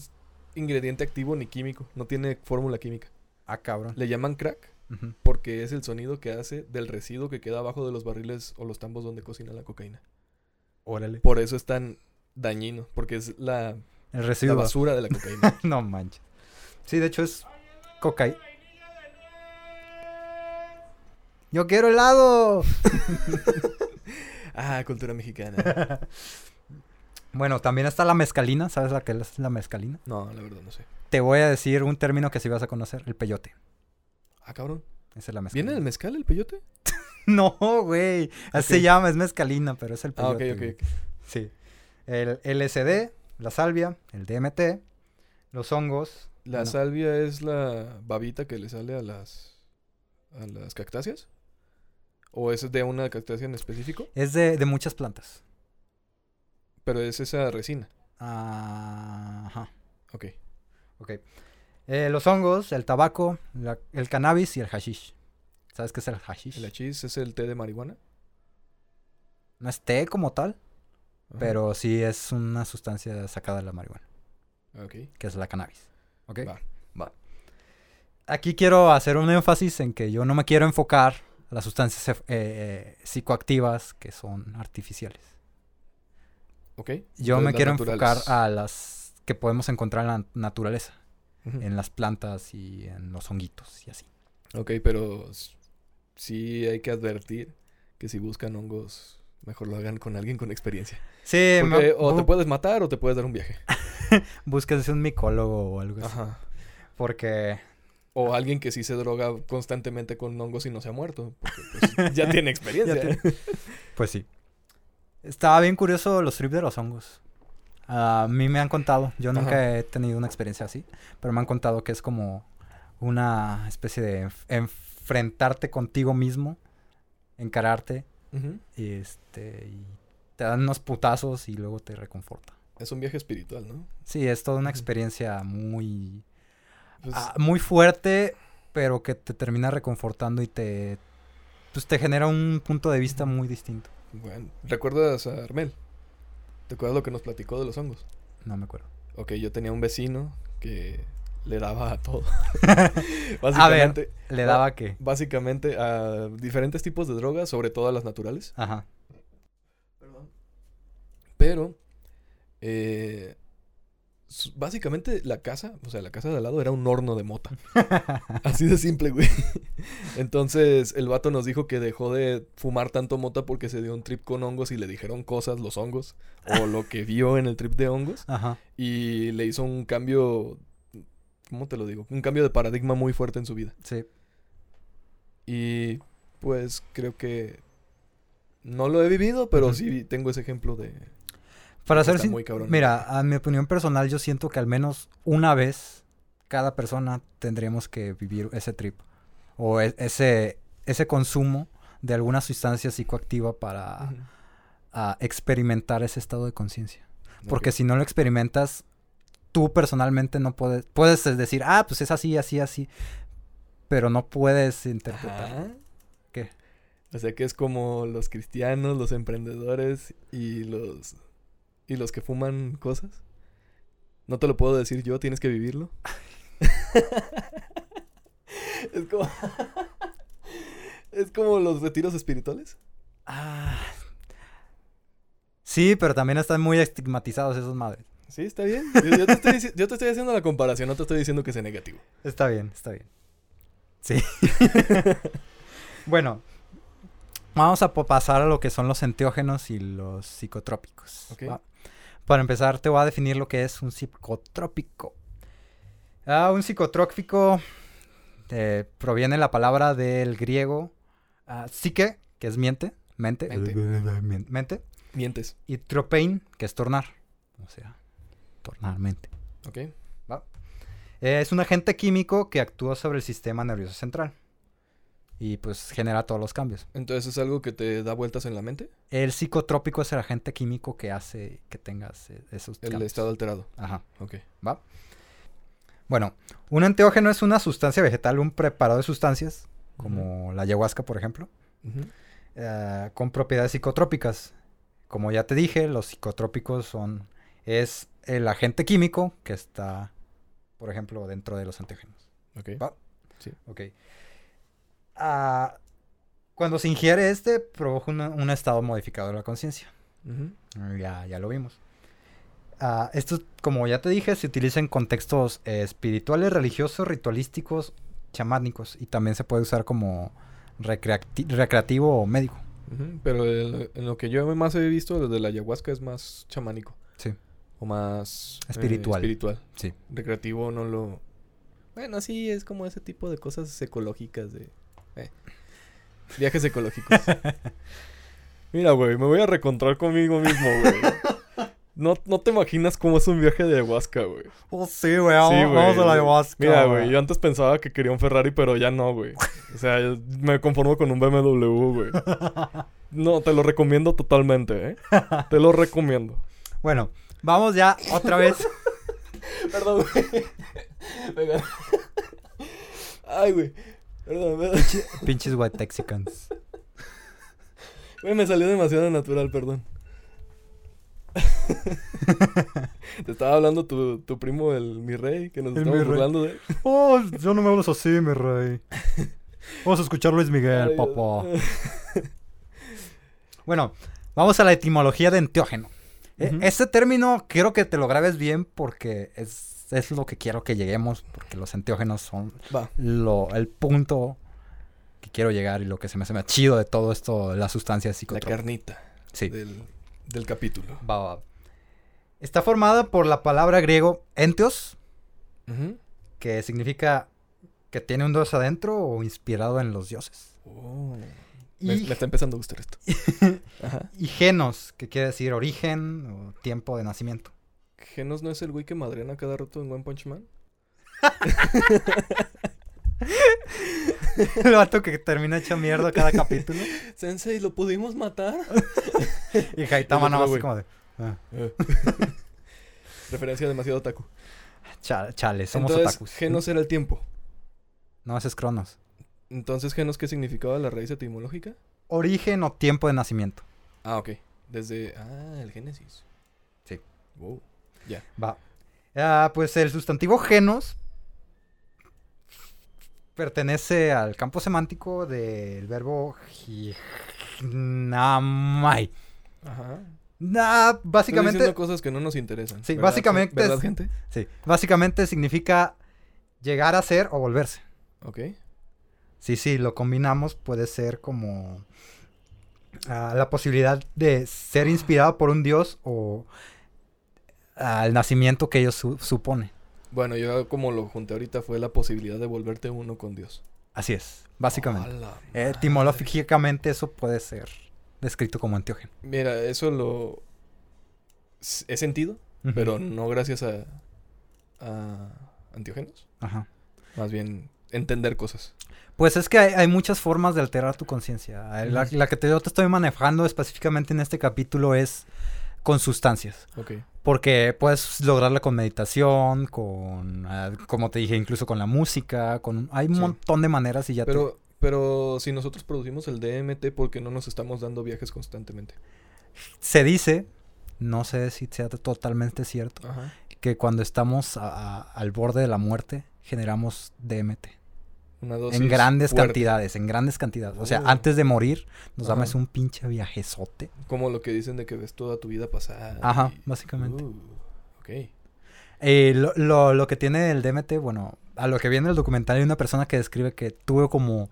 Speaker 2: ingrediente activo ni químico. No tiene fórmula química.
Speaker 1: Ah, cabrón.
Speaker 2: Le llaman crack
Speaker 1: Ujú.
Speaker 2: porque es el sonido que hace del residuo que queda abajo de los barriles o los tambos donde cocina la cocaína.
Speaker 1: Órale.
Speaker 2: Por eso es tan dañino, porque es la, la
Speaker 1: El residuo.
Speaker 2: basura de la cocaína.
Speaker 1: no manches. Sí, de hecho es cocaína. Yo quiero helado.
Speaker 2: ah, cultura mexicana.
Speaker 1: Bueno, también está la mezcalina. ¿Sabes la que es la mezcalina?
Speaker 2: No, la verdad no sé.
Speaker 1: Te voy a decir un término que sí vas a conocer, el peyote.
Speaker 2: Ah, cabrón.
Speaker 1: Esa es la mezcalina.
Speaker 2: ¿Viene el mezcal el peyote?
Speaker 1: No, güey. Así
Speaker 2: Ok.
Speaker 1: se llama, es mezcalina, pero es el
Speaker 2: Ah,
Speaker 1: peyote.
Speaker 2: ok, ok.
Speaker 1: güey.
Speaker 2: ok.
Speaker 1: Sí. El LSD, la salvia, el DMT, los hongos.
Speaker 2: La
Speaker 1: no,
Speaker 2: salvia es la babita que le sale a las a las cactáceas? ¿O es de una cactácea en específico?
Speaker 1: Es de, de muchas plantas.
Speaker 2: Pero es esa resina.
Speaker 1: Ah, Ajá.
Speaker 2: Ok.
Speaker 1: Ok. Eh, los hongos, el tabaco, la- el cannabis y el hashish. ¿Sabes qué es el hashish?
Speaker 2: El hachís es el té de marihuana.
Speaker 1: No es té como tal,
Speaker 2: Ajá.
Speaker 1: pero sí es una sustancia sacada de la marihuana,
Speaker 2: Ok.
Speaker 1: que es la cannabis. ¿Ok?
Speaker 2: Va.
Speaker 1: Va. Aquí quiero hacer un énfasis en que yo no me quiero enfocar a las sustancias ef- eh, eh, psicoactivas que son artificiales.
Speaker 2: Ok.
Speaker 1: Yo
Speaker 2: Entonces,
Speaker 1: me
Speaker 2: las
Speaker 1: quiero
Speaker 2: naturales.
Speaker 1: enfocar a las que podemos encontrar en la naturaleza,
Speaker 2: Ujú.
Speaker 1: en las plantas y en los honguitos y así.
Speaker 2: Ok, pero s- sí hay que advertir que si buscan hongos, mejor lo hagan con alguien con experiencia.
Speaker 1: Sí, Eh, me-
Speaker 2: Porque o te
Speaker 1: bu-
Speaker 2: puedes matar o te puedes dar un viaje.
Speaker 1: búsquense un micólogo o algo así.
Speaker 2: Ajá.
Speaker 1: Porque
Speaker 2: O alguien que sí se droga constantemente con hongos y no se ha muerto. Porque pues, ya tiene experiencia.
Speaker 1: Ya tiene- Pues sí. Estaba bien curioso los trips de los hongos. A mí me han contado, yo nunca
Speaker 2: Ajá.
Speaker 1: he tenido una experiencia así, pero me han contado que es como una especie de enf- enfrentarte contigo mismo, encararte,
Speaker 2: Ujú.
Speaker 1: y este, y te dan unos putazos y luego te reconforta.
Speaker 2: Es un viaje espiritual, ¿no?
Speaker 1: Sí, es toda una
Speaker 2: Ujú.
Speaker 1: experiencia muy,
Speaker 2: Pues,
Speaker 1: ah, muy fuerte, pero que te termina reconfortando y te, pues te genera un punto de vista muy distinto.
Speaker 2: Bueno, ¿recuerdas a Armel? ¿Te acuerdas lo que nos platicó de los hongos?
Speaker 1: No me acuerdo.
Speaker 2: Ok, yo tenía un vecino que le daba a todo. básicamente,
Speaker 1: A ver. Le
Speaker 2: Ah.
Speaker 1: daba que,
Speaker 2: básicamente a diferentes tipos de drogas, sobre todo a las naturales.
Speaker 1: ajá.
Speaker 2: Pero, eh, su- básicamente la casa, o sea, la casa de al lado era un horno de mota. Así de simple, güey. Entonces, el vato nos dijo que dejó de fumar tanto mota porque se dio un trip con hongos y le dijeron cosas, los hongos, o lo que vio en el trip de hongos.
Speaker 1: Ajá.
Speaker 2: Y le hizo un cambio, ¿cómo te lo digo? Un cambio de paradigma muy fuerte en su vida.
Speaker 1: Sí.
Speaker 2: Y pues creo que no lo he vivido, pero
Speaker 1: Ujú.
Speaker 2: sí tengo ese ejemplo de...
Speaker 1: Para
Speaker 2: Está
Speaker 1: ser sin-
Speaker 2: muy cabrón.
Speaker 1: Mira, a mi opinión personal, yo siento que al menos una vez cada persona tendríamos que vivir ese trip o e- ese ese consumo de alguna sustancia psicoactiva para
Speaker 2: Ujú.
Speaker 1: ah, experimentar ese estado de conciencia. Porque
Speaker 2: Ok.
Speaker 1: si no lo experimentas, tú personalmente no puedes puedes eh, decir, "Ah, pues es así, así, así." Pero no puedes interpretar.
Speaker 2: Ajá.
Speaker 1: ¿Qué?
Speaker 2: O sea que es como los cristianos, los emprendedores y los y los que fuman cosas. No te lo puedo decir yo, tienes que vivirlo. es como es como los retiros espirituales.
Speaker 1: Ah. Sí, pero también están muy estigmatizados esos madres.
Speaker 2: Sí, está bien. Yo, yo te estoy, dici- yo te estoy haciendo la comparación, no te estoy diciendo que sea negativo.
Speaker 1: Está bien, está bien. Sí. bueno, vamos a po- pasar a lo que son los enteógenos y los psicotrópicos.
Speaker 2: Ok.
Speaker 1: ¿va? Para empezar, te voy a definir lo que es un psicotrópico. Ah, un psicotrópico eh, proviene la palabra del griego ah, psique, que es miente, mente,
Speaker 2: Mente.
Speaker 1: mien- mente,
Speaker 2: Mientes,
Speaker 1: y tropein, que es tornar, o sea, tornar mente.
Speaker 2: ¿ok?
Speaker 1: Eh, es un agente químico que actúa sobre el sistema nervioso central. y pues genera todos los cambios.
Speaker 2: Entonces es algo que te da vueltas en la mente,
Speaker 1: El psicotrópico es el agente químico que hace que tengas eh, esos
Speaker 2: el
Speaker 1: cambios.
Speaker 2: estado alterado.
Speaker 1: Ajá,
Speaker 2: Ok.
Speaker 1: ¿va? Bueno, un enteógeno es una sustancia vegetal, un preparado de sustancias, como la ayahuasca, por ejemplo,
Speaker 2: Ujú.
Speaker 1: eh, con propiedades psicotrópicas. Como ya te dije, los psicotrópicos son... Es el agente químico que está, por ejemplo, dentro de los anteógenos.
Speaker 2: Ok.
Speaker 1: Va.
Speaker 2: Sí.
Speaker 1: Ok. Ah, cuando se ingiere este, provoca una- un estado modificado de la conciencia.
Speaker 2: Ujú.
Speaker 1: Ya, ya lo vimos. Ah, esto, como ya te dije, se utiliza en contextos eh, espirituales, religiosos, ritualísticos, chamánicos. Y también se puede usar como recreati- recreativo o médico.
Speaker 2: Ujú, Pero el- en lo que yo más he visto, lo de la ayahuasca es más chamánico.
Speaker 1: Sí.
Speaker 2: O más... eh,
Speaker 1: Espiritual.
Speaker 2: espiritual.
Speaker 1: Sí.
Speaker 2: Recreativo no lo... Bueno, sí, es como ese tipo de cosas ecológicas de... eh, Viajes ecológicos. Mira, güey, me voy a recontrar conmigo mismo, güey. No, no te imaginas cómo es un viaje de ayahuasca, güey.
Speaker 1: Oh, sí, güey.
Speaker 2: Sí,
Speaker 1: Vamos, vamos a la
Speaker 2: güey.
Speaker 1: ayahuasca.
Speaker 2: Mira, güey, yo antes pensaba que quería un Ferrari, pero ya no, güey. O sea, yo me conformo con un BMW, güey. No, te lo recomiendo totalmente, ¿eh? Te lo recomiendo.
Speaker 1: Bueno, vamos ya otra vez.
Speaker 2: Perdón, güey. Me gané. Ay, güey. Perdón, me-
Speaker 1: Pinches white texicans.
Speaker 2: güey, me salió demasiado natural, perdón. Te estaba hablando tu, tu primo, el mi rey, que nos
Speaker 1: El mi
Speaker 2: estamos
Speaker 1: rey.
Speaker 2: burlando de él.
Speaker 1: Oh, yo no me hablas así, mi rey. Vamos a escuchar Luis Miguel,
Speaker 2: Ay,
Speaker 1: papá.
Speaker 2: Dios.
Speaker 1: Bueno, vamos a la etimología de enteógeno. E-
Speaker 2: Ujú.
Speaker 1: Este término quiero que te lo grabes bien porque es, es lo que quiero que lleguemos, porque los enteógenos son
Speaker 2: Va.
Speaker 1: lo, el punto que quiero llegar y lo que se me hace más chido de todo esto, las sustancias
Speaker 2: La
Speaker 1: psicotrópicas.
Speaker 2: carnita
Speaker 1: Sí.
Speaker 2: del, del capítulo.
Speaker 1: Va, va. Está formada por la palabra griego enteos,
Speaker 2: Ujú.
Speaker 1: que significa que tiene un dios adentro o inspirado en los dioses.
Speaker 2: Oh.
Speaker 1: Y
Speaker 2: Me, me está empezando a gustar esto. Ajá.
Speaker 1: Y genos, que quiere decir origen o tiempo de nacimiento.
Speaker 2: ¿Genos no es el güey que madrena cada rato en One Punch Man?
Speaker 1: El vato que termina hecho mierda cada capítulo.
Speaker 2: Sensei, ¿lo pudimos matar?
Speaker 1: Y Haitama
Speaker 2: El
Speaker 1: nada
Speaker 2: otro
Speaker 1: más así
Speaker 2: güey.
Speaker 1: como de. "Ah,
Speaker 2: Referencia demasiado otaku.
Speaker 1: cha- chale, somos
Speaker 2: Entonces,
Speaker 1: otakus.
Speaker 2: Genos era el tiempo.
Speaker 1: No, ese es Cronos.
Speaker 2: Entonces, ¿genos qué significaba la raíz etimológica?
Speaker 1: Origen o tiempo de nacimiento.
Speaker 2: Ah, ok. Desde... Ah, el génesis.
Speaker 1: Sí.
Speaker 2: Wow.
Speaker 1: Va. Ah, pues el sustantivo genos pertenece al campo semántico del verbo ginamai.
Speaker 2: Ajá.
Speaker 1: Nah,
Speaker 2: Estoy diciendo
Speaker 1: básicamente,
Speaker 2: cosas que no nos interesan.
Speaker 1: Sí,
Speaker 2: ¿verdad?
Speaker 1: básicamente
Speaker 2: ¿Verdad,
Speaker 1: es-
Speaker 2: gente?
Speaker 1: sí, básicamente significa llegar a ser o volverse.
Speaker 2: Ok.
Speaker 1: Sí, sí, lo combinamos, puede ser como ah, la posibilidad de ser inspirado por un dios o ah, el nacimiento que ellos su- supone.
Speaker 2: Bueno, yo como lo junté ahorita fue la posibilidad de volverte uno con Dios.
Speaker 1: Así es, básicamente.
Speaker 2: ¡Hala!
Speaker 1: Etimológicamente eso puede ser descrito como antiógeno.
Speaker 2: Mira, eso lo... s- He sentido,
Speaker 1: Ujú.
Speaker 2: pero no gracias a, a antiógenos.
Speaker 1: Ajá.
Speaker 2: Más bien entender cosas.
Speaker 1: Pues es que hay, hay muchas formas de alterar tu conciencia. Eh, La,
Speaker 2: Ujú.
Speaker 1: la que te, yo te estoy manejando específicamente en este capítulo es con sustancias.
Speaker 2: Ok.
Speaker 1: Porque puedes lograrla con meditación, con, ah, como te dije, incluso con la música, con hay un
Speaker 2: Sí.
Speaker 1: montón de maneras y ya te-
Speaker 2: Pero, pero si nosotros producimos el DMT, ¿por qué no nos estamos dando viajes constantemente?
Speaker 1: se dice, no sé si sea totalmente cierto,
Speaker 2: Ajá.
Speaker 1: que cuando estamos a- a- al borde de la muerte generamos DMT
Speaker 2: Una dosis.
Speaker 1: en grandes
Speaker 2: fuerte,
Speaker 1: cantidades, en grandes cantidades. O sea,
Speaker 2: Oh.
Speaker 1: antes de morir nos
Speaker 2: Ajá.
Speaker 1: damos un pinche viajezote.
Speaker 2: Como lo que dicen de que ves toda tu vida pasada.
Speaker 1: Ajá,
Speaker 2: y-
Speaker 1: básicamente.
Speaker 2: Uh, ok.
Speaker 1: Eh, lo, lo- lo que tiene el DMT, bueno, a lo que viene el documental hay una persona que describe que tuvo como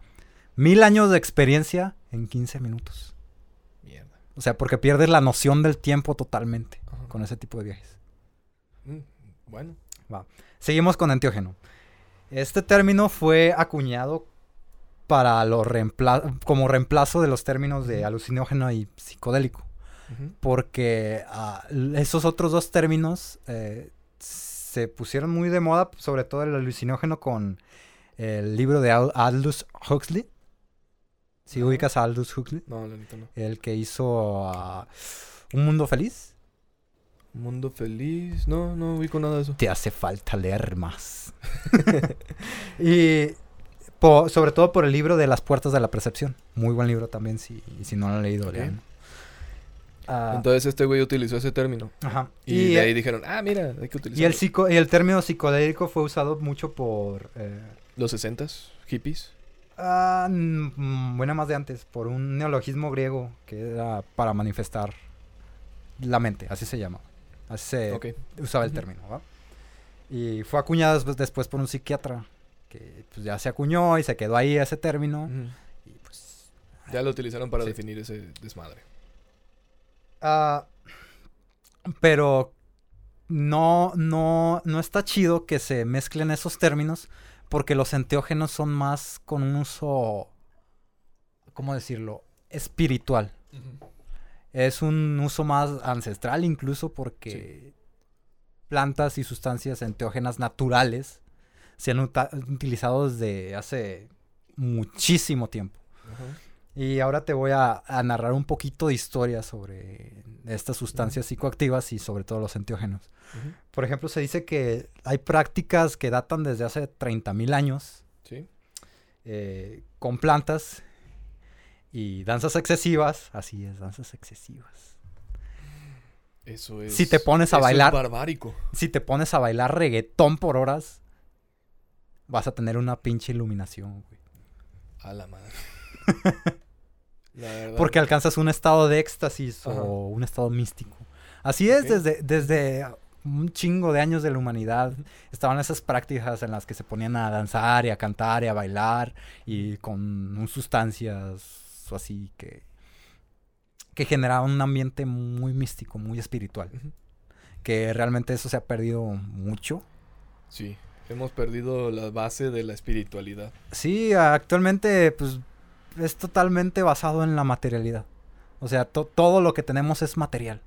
Speaker 1: mil años de experiencia en 15 minutos.
Speaker 2: Mierda.
Speaker 1: O sea, porque pierdes la noción del tiempo totalmente
Speaker 2: Ajá.
Speaker 1: con ese tipo de viajes.
Speaker 2: Mm, bueno.
Speaker 1: Seguimos con enteógeno. Este término fue acuñado para los reempla- como reemplazo de los términos de alucinógeno y psicodélico.
Speaker 2: Ujú.
Speaker 1: Porque ah, l- esos otros dos términos eh, se pusieron muy de moda, sobre todo el alucinógeno con el libro de Al- Aldous Huxley, Si
Speaker 2: Ajá.
Speaker 1: ubicas a Aldous Huxley,
Speaker 2: No, la neta no.
Speaker 1: el que hizo ah, Un Mundo Feliz,
Speaker 2: Mundo feliz. No, no ubico nada de eso.
Speaker 1: te hace falta leer más. y po- sobre todo por el libro de Las Puertas de la Percepción. Muy buen libro también, si, si no lo han leído,
Speaker 2: Ok.
Speaker 1: lean. Ah,
Speaker 2: Entonces este güey utilizó ese término.
Speaker 1: ajá.
Speaker 2: Y,
Speaker 1: Y,
Speaker 2: de
Speaker 1: eh,
Speaker 2: ahí dijeron, ah, mira, hay que utilizar
Speaker 1: y el, psico- y el término psicodélico fue usado mucho por... eh,
Speaker 2: los 60 hippies.
Speaker 1: ah, mm, mm, bueno, más de antes, por un neologismo griego que era para manifestar la mente, así se llama. Así se
Speaker 2: ok.
Speaker 1: usaba el
Speaker 2: Ujú.
Speaker 1: término, ¿va? Y fue acuñado después- después por un psiquiatra que pues, ya se acuñó y se quedó ahí ese término.
Speaker 2: Ujú.
Speaker 1: Y pues.
Speaker 2: Ya lo utilizaron para
Speaker 1: Sí.
Speaker 2: definir ese desmadre.
Speaker 1: ah, pero no, no, no está chido que se mezclen esos términos porque los enteógenos son más con un uso. ¿Cómo decirlo? Espiritual. Es un uso más ancestral incluso porque plantas y sustancias enteógenas naturales se han uta- utilizado desde hace muchísimo tiempo.
Speaker 2: Ajá.
Speaker 1: Y ahora te voy a, a narrar un poquito de historia sobre estas sustancias psicoactivas y sobre todo los enteógenos.
Speaker 2: Ujú.
Speaker 1: Por ejemplo, se dice que hay prácticas que datan desde hace 30.000 años
Speaker 2: Sí.
Speaker 1: eh, con plantas y danzas excesivas. Así es, danzas excesivas.
Speaker 2: Eso es.
Speaker 1: Si te pones a
Speaker 2: eso es
Speaker 1: bailar-
Speaker 2: barbárico.
Speaker 1: si te pones a bailar reggaetón por horas, vas a tener una pinche iluminación, güey.
Speaker 2: A la madre. la verdad.
Speaker 1: Porque alcanzas un estado de éxtasis
Speaker 2: Ajá.
Speaker 1: o un estado místico. Así es,
Speaker 2: Ok.
Speaker 1: desde, desde un chingo de años de la humanidad estaban esas prácticas en las que se ponían a danzar y a cantar y a bailar y con un sustancias así que, que generaban un ambiente muy místico, muy espiritual.
Speaker 2: Ujú.
Speaker 1: Que realmente eso se ha perdido mucho.
Speaker 2: Sí. Hemos perdido la base de la espiritualidad.
Speaker 1: Sí, actualmente pues es totalmente basado en la materialidad. O sea, to- todo lo que tenemos es material.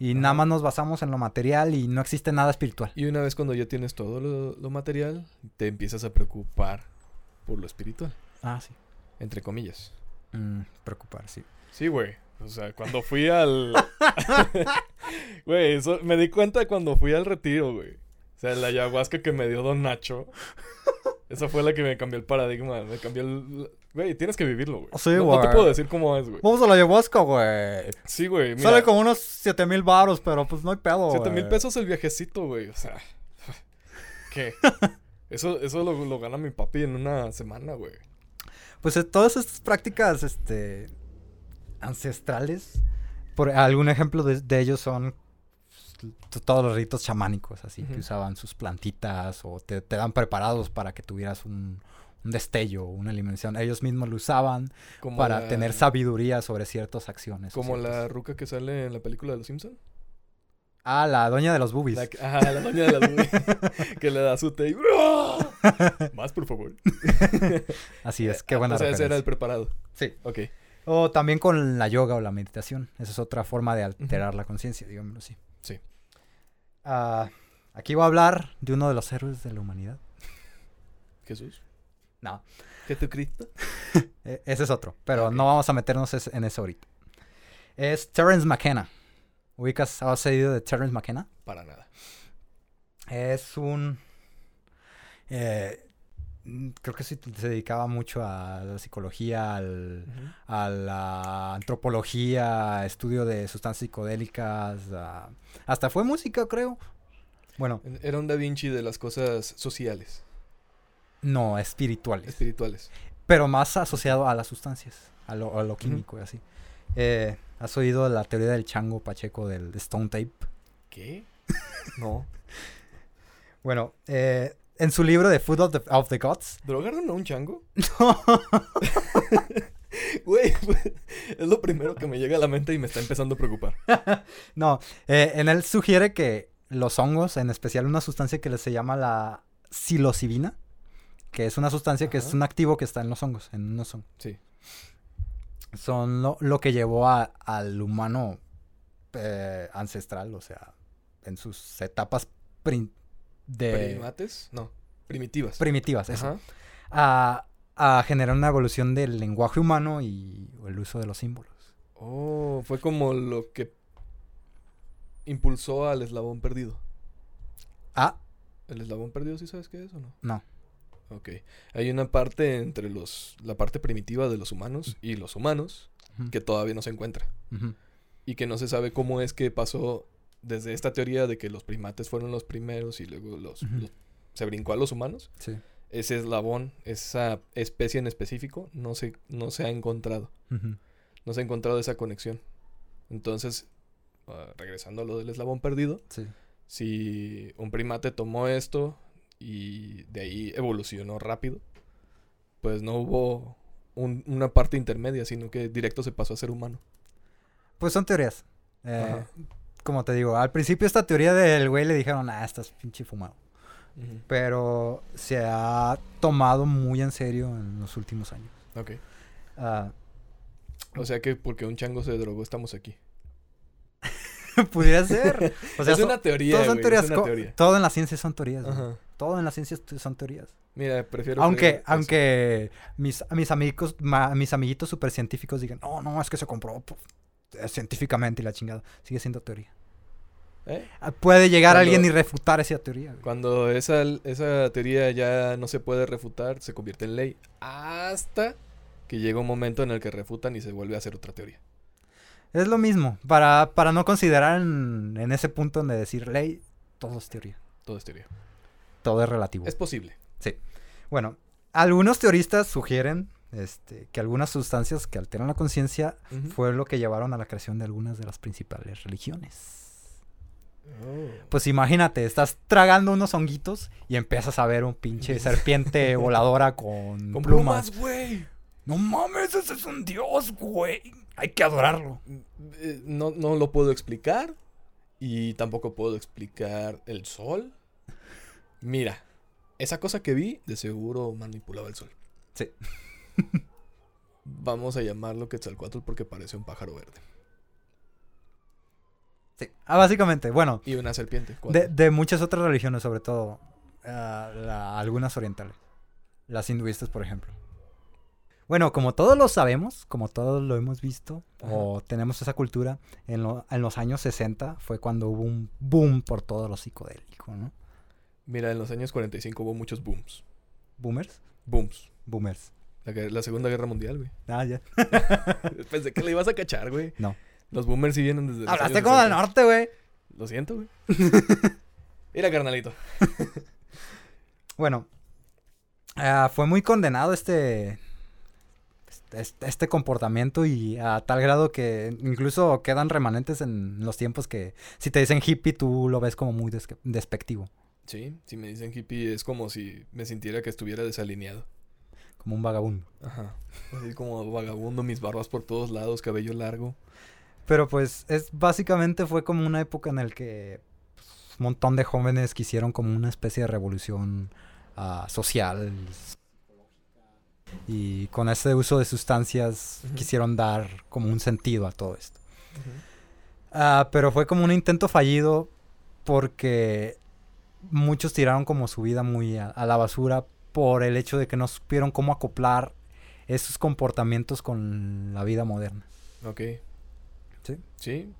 Speaker 1: Y nada
Speaker 2: Ajá.
Speaker 1: más nos basamos en lo material y no existe nada espiritual.
Speaker 2: Y una vez cuando ya tienes todo lo, lo material, te empiezas a preocupar por lo espiritual.
Speaker 1: Ah, sí.
Speaker 2: Entre comillas.
Speaker 1: Mm, preocupar, sí.
Speaker 2: Sí, güey. O sea, cuando fui al. Güey, eso me di cuenta cuando fui al retiro, güey. O sea, la ayahuasca que me dio Don Nacho. Esa fue la que me cambió el paradigma. Me cambió el. Güey, tienes que vivirlo, güey.
Speaker 1: Sí,
Speaker 2: no, no te
Speaker 1: güey.
Speaker 2: puedo decir cómo es, güey.
Speaker 1: Vamos a la ayahuasca, güey.
Speaker 2: Sí, güey. Mira,
Speaker 1: Sale como unos 7 mil baros, pero pues no hay pedo,
Speaker 2: 7 mil
Speaker 1: güey.
Speaker 2: pesos el viajecito, güey. O sea. ¿Qué? Eso, eso lo, lo gana mi papi en una semana, güey.
Speaker 1: Pues eh, todas estas prácticas este, ancestrales, por algún ejemplo de, de ellos son t- todos los ritos chamánicos, así que
Speaker 2: Ujú.
Speaker 1: usaban sus plantitas o te, te dan preparados para que tuvieras un, un destello, una iluminación. Ellos mismos lo usaban
Speaker 2: Como
Speaker 1: para
Speaker 2: la-
Speaker 1: tener sabiduría sobre ciertas acciones. o
Speaker 2: Como la
Speaker 1: ciertos-
Speaker 2: ruca que sale en la película de los Simpsons.
Speaker 1: Ah, la doña de los boobies.
Speaker 2: La, que- ajá, la doña de las nubes, que le da su té y... Más, por favor.
Speaker 1: Así es, qué buena
Speaker 2: O sea, ese era el
Speaker 1: referencia.
Speaker 2: preparado.
Speaker 1: Sí.
Speaker 2: Ok.
Speaker 1: O también con la yoga o la meditación. Esa es otra forma de alterar la conciencia, digámoslo así.
Speaker 2: Sí.
Speaker 1: Ah, aquí voy a hablar de uno de los héroes de la humanidad.
Speaker 2: Jesús.
Speaker 1: No,
Speaker 2: Jesucristo.
Speaker 1: e- ese es otro, pero
Speaker 2: Ok.
Speaker 1: no vamos a meternos es- en eso ahorita. Es Terence McKenna. ¿Ubicas, has oído de Terence McKenna?
Speaker 2: Para nada.
Speaker 1: Es un... eh, mm, creo que sí se dedicaba mucho a la psicología, al... a la antropología, estudio de sustancias psicodélicas, a- hasta fue música, creo. Bueno,
Speaker 2: Era un Da Vinci de las cosas sociales,
Speaker 1: no, espirituales,
Speaker 2: espirituales.
Speaker 1: pero más asociado a las sustancias, a lo, a lo químico y así. Eh, ¿Has oído la teoría del chango pacheco del Stone Tape?
Speaker 2: ¿Qué? No.
Speaker 1: Bueno, eh, en su libro de Food of the, of the Gods,
Speaker 2: ¿Drogaron a un chango? No. Güey, pues, es lo primero que me llega a la mente y me está empezando a preocupar.
Speaker 1: no, eh, en él sugiere que los hongos, en especial una sustancia que se llama la psilocibina, que es una sustancia que es
Speaker 2: Ajá.
Speaker 1: un activo que está en los hongos, en unos hongos.
Speaker 2: Sí.
Speaker 1: son lo, lo que llevó a- al humano eh, ancestral, o sea, en sus etapas prin- de
Speaker 2: ¿Primates? No. Primitivas.
Speaker 1: primitivas, Eh. eso,
Speaker 2: Ajá.
Speaker 1: a, a generar una evolución del lenguaje humano y el uso de los símbolos.
Speaker 2: Oh, fue como lo que impulsó al eslabón perdido.
Speaker 1: Ah,
Speaker 2: ¿El eslabón perdido sí sabes qué es o no?
Speaker 1: No.
Speaker 2: Ok. Hay una parte entre los... la parte primitiva de los humanos y los humanos
Speaker 1: ujú,
Speaker 2: que todavía no se encuentra.
Speaker 1: ujú.
Speaker 2: y que no se sabe cómo es que pasó desde esta teoría de que los primates fueron los primeros y luego los,
Speaker 1: Ujú.
Speaker 2: los- se brincó a los humanos.
Speaker 1: sí.
Speaker 2: Ese eslabón, esa especie en específico, no se, no se ha encontrado.
Speaker 1: ujú.
Speaker 2: No se ha encontrado esa conexión. Entonces, ah, regresando a lo del eslabón perdido,
Speaker 1: Sí.
Speaker 2: si un primate tomó esto y de ahí evolucionó rápido, pues no hubo un- una parte intermedia, sino que directo se pasó a ser humano.
Speaker 1: Pues son teorías. Eh,
Speaker 2: Ajá.
Speaker 1: como te digo, al principio esta teoría del güey le dijeron, ah, estás pinche fumado. Pero se ha tomado muy en serio en los últimos años.
Speaker 2: Ok.
Speaker 1: Ah,
Speaker 2: O sea que porque un chango se drogó estamos aquí.
Speaker 1: pudiera ser. O sea,
Speaker 2: es
Speaker 1: son-
Speaker 2: una teoría,
Speaker 1: todas son
Speaker 2: güey,
Speaker 1: teorías.
Speaker 2: es una
Speaker 1: co-
Speaker 2: teoría.
Speaker 1: Todo en la ciencia son teorías. güey.
Speaker 2: Ajá.
Speaker 1: Todo en la ciencia t- son teorías.
Speaker 2: Mira, prefiero... creer
Speaker 1: aunque
Speaker 2: eso.
Speaker 1: aunque mis, mis, amigos, ma- mis amiguitos supercientíficos digan, no, no, es que se compró po- eh, científicamente y la chingada. Sigue siendo teoría.
Speaker 2: ¿Eh?
Speaker 1: Ah, Puede llegar
Speaker 2: Cuando-
Speaker 1: alguien y refutar esa teoría. güey.
Speaker 2: Cuando esa, esa teoría ya no se puede refutar, se convierte en ley. Hasta que llega un momento en el que refutan y se vuelve a hacer otra teoría.
Speaker 1: Es lo mismo. Para, para no considerar en, en ese punto donde decir ley, todo es teoría.
Speaker 2: Todo es teoría.
Speaker 1: Todo es relativo.
Speaker 2: Es posible.
Speaker 1: Bueno, algunos teoristas sugieren este, que algunas sustancias que alteran la conciencia
Speaker 2: Ujú.
Speaker 1: fue lo que llevaron a la creación de algunas de las principales religiones. Pues imagínate, estás tragando unos honguitos y empiezas a ver un pinche serpiente voladora con,
Speaker 2: Con
Speaker 1: plumas.
Speaker 2: plumas, güey.
Speaker 1: No mames, ese es un dios, güey. Hay que adorarlo.
Speaker 2: Eh, No, no lo puedo explicar. Y tampoco puedo explicar el sol. Mira, esa cosa que vi de seguro manipulaba el sol.
Speaker 1: Sí.
Speaker 2: Vamos a llamarlo Quetzalcoatl porque parece un pájaro verde.
Speaker 1: Sí. Ah, básicamente, bueno,
Speaker 2: Y una serpiente. cuatro.
Speaker 1: de, de muchas otras religiones, sobre todo ah, la- algunas orientales. Las hinduistas, por ejemplo. Bueno, como todos lo sabemos, como todos lo hemos visto, o tenemos esa cultura, en, lo- en los años 60 fue cuando hubo un boom por todo lo psicodélico, ¿no?
Speaker 2: Mira, en los años 45 hubo muchos booms.
Speaker 1: ¿Boomers?
Speaker 2: Booms.
Speaker 1: Boomers.
Speaker 2: La, gue- la Segunda Guerra Mundial, güey.
Speaker 1: Ah, ya.
Speaker 2: Pensé que le ibas a cachar, güey.
Speaker 1: No.
Speaker 2: Los boomers sí vienen desde los
Speaker 1: Hablaste
Speaker 2: años
Speaker 1: como del
Speaker 2: 60.
Speaker 1: norte, güey.
Speaker 2: Lo siento, güey. Mira, carnalito.
Speaker 1: Bueno, ah, fue muy condenado este, este, este comportamiento y a tal grado que incluso quedan remanentes en los tiempos que si te dicen hippie tú lo ves como muy desque- despectivo,
Speaker 2: Sí, si me dicen hippie es como si me sintiera que estuviera desalineado.
Speaker 1: como un vagabundo.
Speaker 2: Ajá. Así como vagabundo, mis barbas por todos lados, cabello largo.
Speaker 1: Pero pues es básicamente fue como una época en la que pues, un montón de jóvenes que hicieron como una especie de revolución ah, social y con ese uso de sustancias
Speaker 2: Ujú.
Speaker 1: quisieron dar como un sentido a todo esto. Ah, pero fue como un intento fallido porque muchos tiraron como su vida muy a, a la basura por el hecho de que no supieron cómo acoplar esos comportamientos con la vida moderna.
Speaker 2: Ok.
Speaker 1: Sí.
Speaker 2: Sí.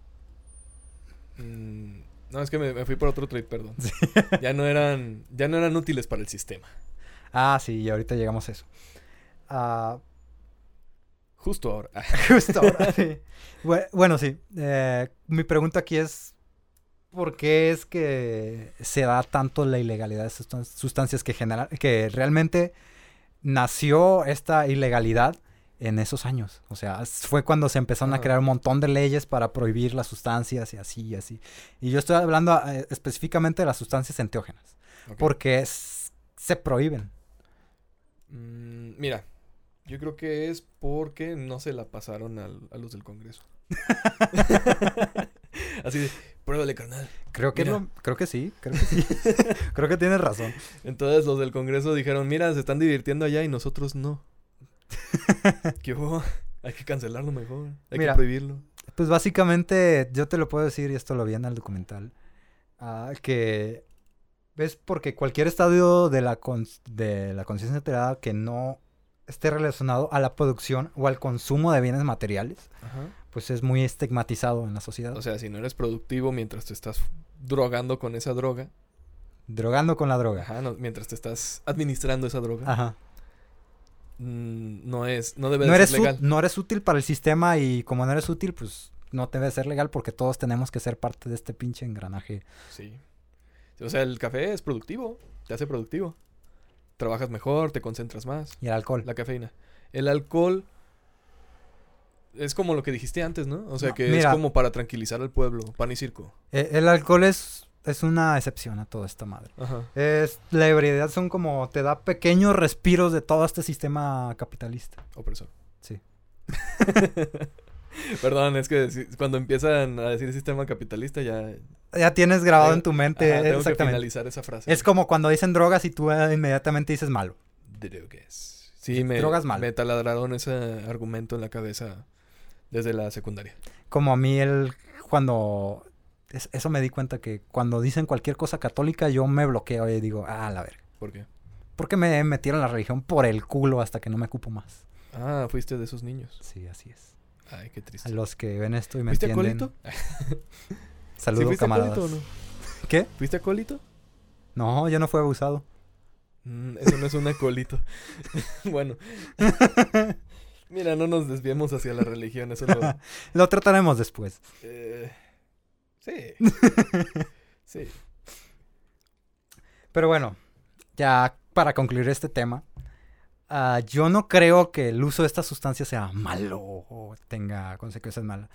Speaker 2: Mm, no, es que me, me fui por otro trade, perdón. Ya no eran, ya no eran útiles para el sistema.
Speaker 1: Ah, sí, y ahorita llegamos a eso. Ah,
Speaker 2: Justo ahora. Ah,
Speaker 1: justo ahora, sí. Bue- Bueno, sí. eh, mi pregunta aquí es, ¿por qué es que se da tanto la ilegalidad de sustan- sustancias que, genera- que realmente nació esta ilegalidad en esos años? O sea, s- fue cuando se empezaron a
Speaker 2: Ajá.
Speaker 1: crear un montón de leyes para prohibir las sustancias y así y así. Y yo estoy hablando eh, específicamente de las sustancias enteógenas,
Speaker 2: ok.
Speaker 1: porque es- se prohíben.
Speaker 2: Mm, mira, yo creo que es porque no se la pasaron al- a los del Congreso. Así de, pruébale, carnal.
Speaker 1: Creo que,
Speaker 2: Mira.
Speaker 1: no- creo que sí, creo que sí. creo que tienes razón.
Speaker 2: Entonces los del Congreso dijeron, mira, se están divirtiendo allá y nosotros no. ¿Qué hubo? Hay que cancelarlo mejor. Hay
Speaker 1: Mira.
Speaker 2: que prohibirlo.
Speaker 1: Pues básicamente, yo te lo puedo decir, y esto lo vi en el documental, ah, que es porque cualquier estadio de la, cons- de la conciencia alterada que no esté relacionado a la producción o al consumo de bienes materiales,
Speaker 2: Ajá.
Speaker 1: pues es muy estigmatizado en la sociedad.
Speaker 2: O sea, si no eres productivo mientras te estás drogando con esa droga,
Speaker 1: Drogando con la droga.
Speaker 2: ajá, no, mientras te estás administrando esa droga,
Speaker 1: Ajá.
Speaker 2: mm, no es, no debe
Speaker 1: Ah. No
Speaker 2: de
Speaker 1: eres,
Speaker 2: ser
Speaker 1: ú-
Speaker 2: legal.
Speaker 1: no eres útil para el sistema y como no eres útil, pues no te debe ser legal porque todos tenemos que ser parte de este pinche engranaje.
Speaker 2: Sí. O sea, el café es productivo, te hace productivo. Trabajas mejor, te concentras más.
Speaker 1: Y el alcohol.
Speaker 2: La cafeína. El alcohol es como lo que dijiste antes, ¿no? O sea,
Speaker 1: No,
Speaker 2: que es
Speaker 1: mira.
Speaker 2: como para tranquilizar al pueblo, pan y circo.
Speaker 1: Eh, el alcohol es, es una excepción a toda esta madre.
Speaker 2: Ajá.
Speaker 1: Es, la ebriedad son como te da pequeños respiros de todo este sistema capitalista.
Speaker 2: Opresor.
Speaker 1: Sí.
Speaker 2: Perdón, es que si- cuando empiezan a decir sistema capitalista ya
Speaker 1: Ya tienes grabado
Speaker 2: Tengo-
Speaker 1: en tu mente
Speaker 2: Ajá, tengo que
Speaker 1: exactamente.
Speaker 2: finalizar esa frase.
Speaker 1: Es como cuando dicen drogas y tú eh, inmediatamente dices malo.
Speaker 2: Drogas. Sí, me,
Speaker 1: Drogas mal.
Speaker 2: me taladraron ese argumento en la cabeza desde la secundaria.
Speaker 1: Como a mí el cuando es- eso me di cuenta que cuando dicen cualquier cosa católica yo me bloqueo y digo, ah, la verga.
Speaker 2: ¿Por qué?
Speaker 1: Porque me metieron la religión por el culo hasta que no me ocupo más.
Speaker 2: Ah, fuiste de esos niños.
Speaker 1: Sí, así es.
Speaker 2: Ay, qué triste.
Speaker 1: A los que ven esto y me
Speaker 2: ¿Fuiste
Speaker 1: entienden.
Speaker 2: acólito? ¿Sí
Speaker 1: Saludos,
Speaker 2: fuiste
Speaker 1: camaradas.
Speaker 2: acólito o no?
Speaker 1: ¿Qué?
Speaker 2: ¿Fuiste acólito?
Speaker 1: No, yo no fui abusado.
Speaker 2: Mm, eso no es un acólito. bueno. Mira, no nos desviemos hacia la religión, eso lo...
Speaker 1: Lo trataremos después.
Speaker 2: eh, sí. Sí.
Speaker 1: Pero bueno, ya para concluir este tema, ah, yo no creo que el uso de estas sustancias sea malo o tenga consecuencias malas.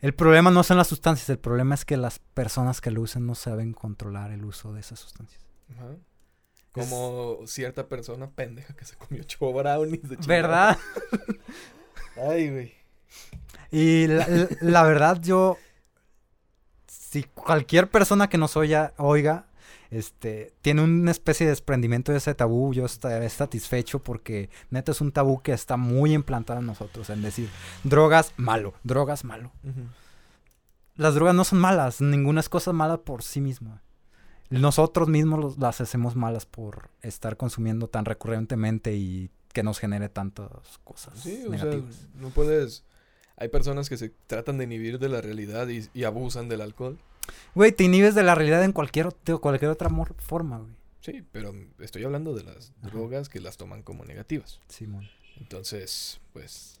Speaker 1: El problema no son las sustancias, el problema es que las personas que lo usan no saben controlar el uso de esas sustancias.
Speaker 2: Ajá. Como cierta persona pendeja que se comió ocho brownies de chingada.
Speaker 1: ¿Verdad?
Speaker 2: Ay, güey.
Speaker 1: Y la, la- la verdad yo, si cualquier persona que nos oya- oiga, este, tiene una especie de desprendimiento de ese tabú, yo estaré satisfecho porque neta es un tabú que está muy implantado en nosotros, en decir, drogas malo, drogas malo. Las drogas no son malas, ninguna es cosa mala por sí misma. Nosotros mismos los- las hacemos malas por estar consumiendo tan recurrentemente y que nos genere tantas cosas
Speaker 2: Sí, o
Speaker 1: negativas.
Speaker 2: sea, no puedes... Hay personas que se tratan de inhibir de la realidad y, y abusan del alcohol.
Speaker 1: Güey, te inhibes de la realidad en cualquier, ot- de cualquier otra mor- forma, güey.
Speaker 2: Sí, pero estoy hablando de las
Speaker 1: Ajá.
Speaker 2: drogas que las toman como negativas.
Speaker 1: Simón.
Speaker 2: Entonces, pues...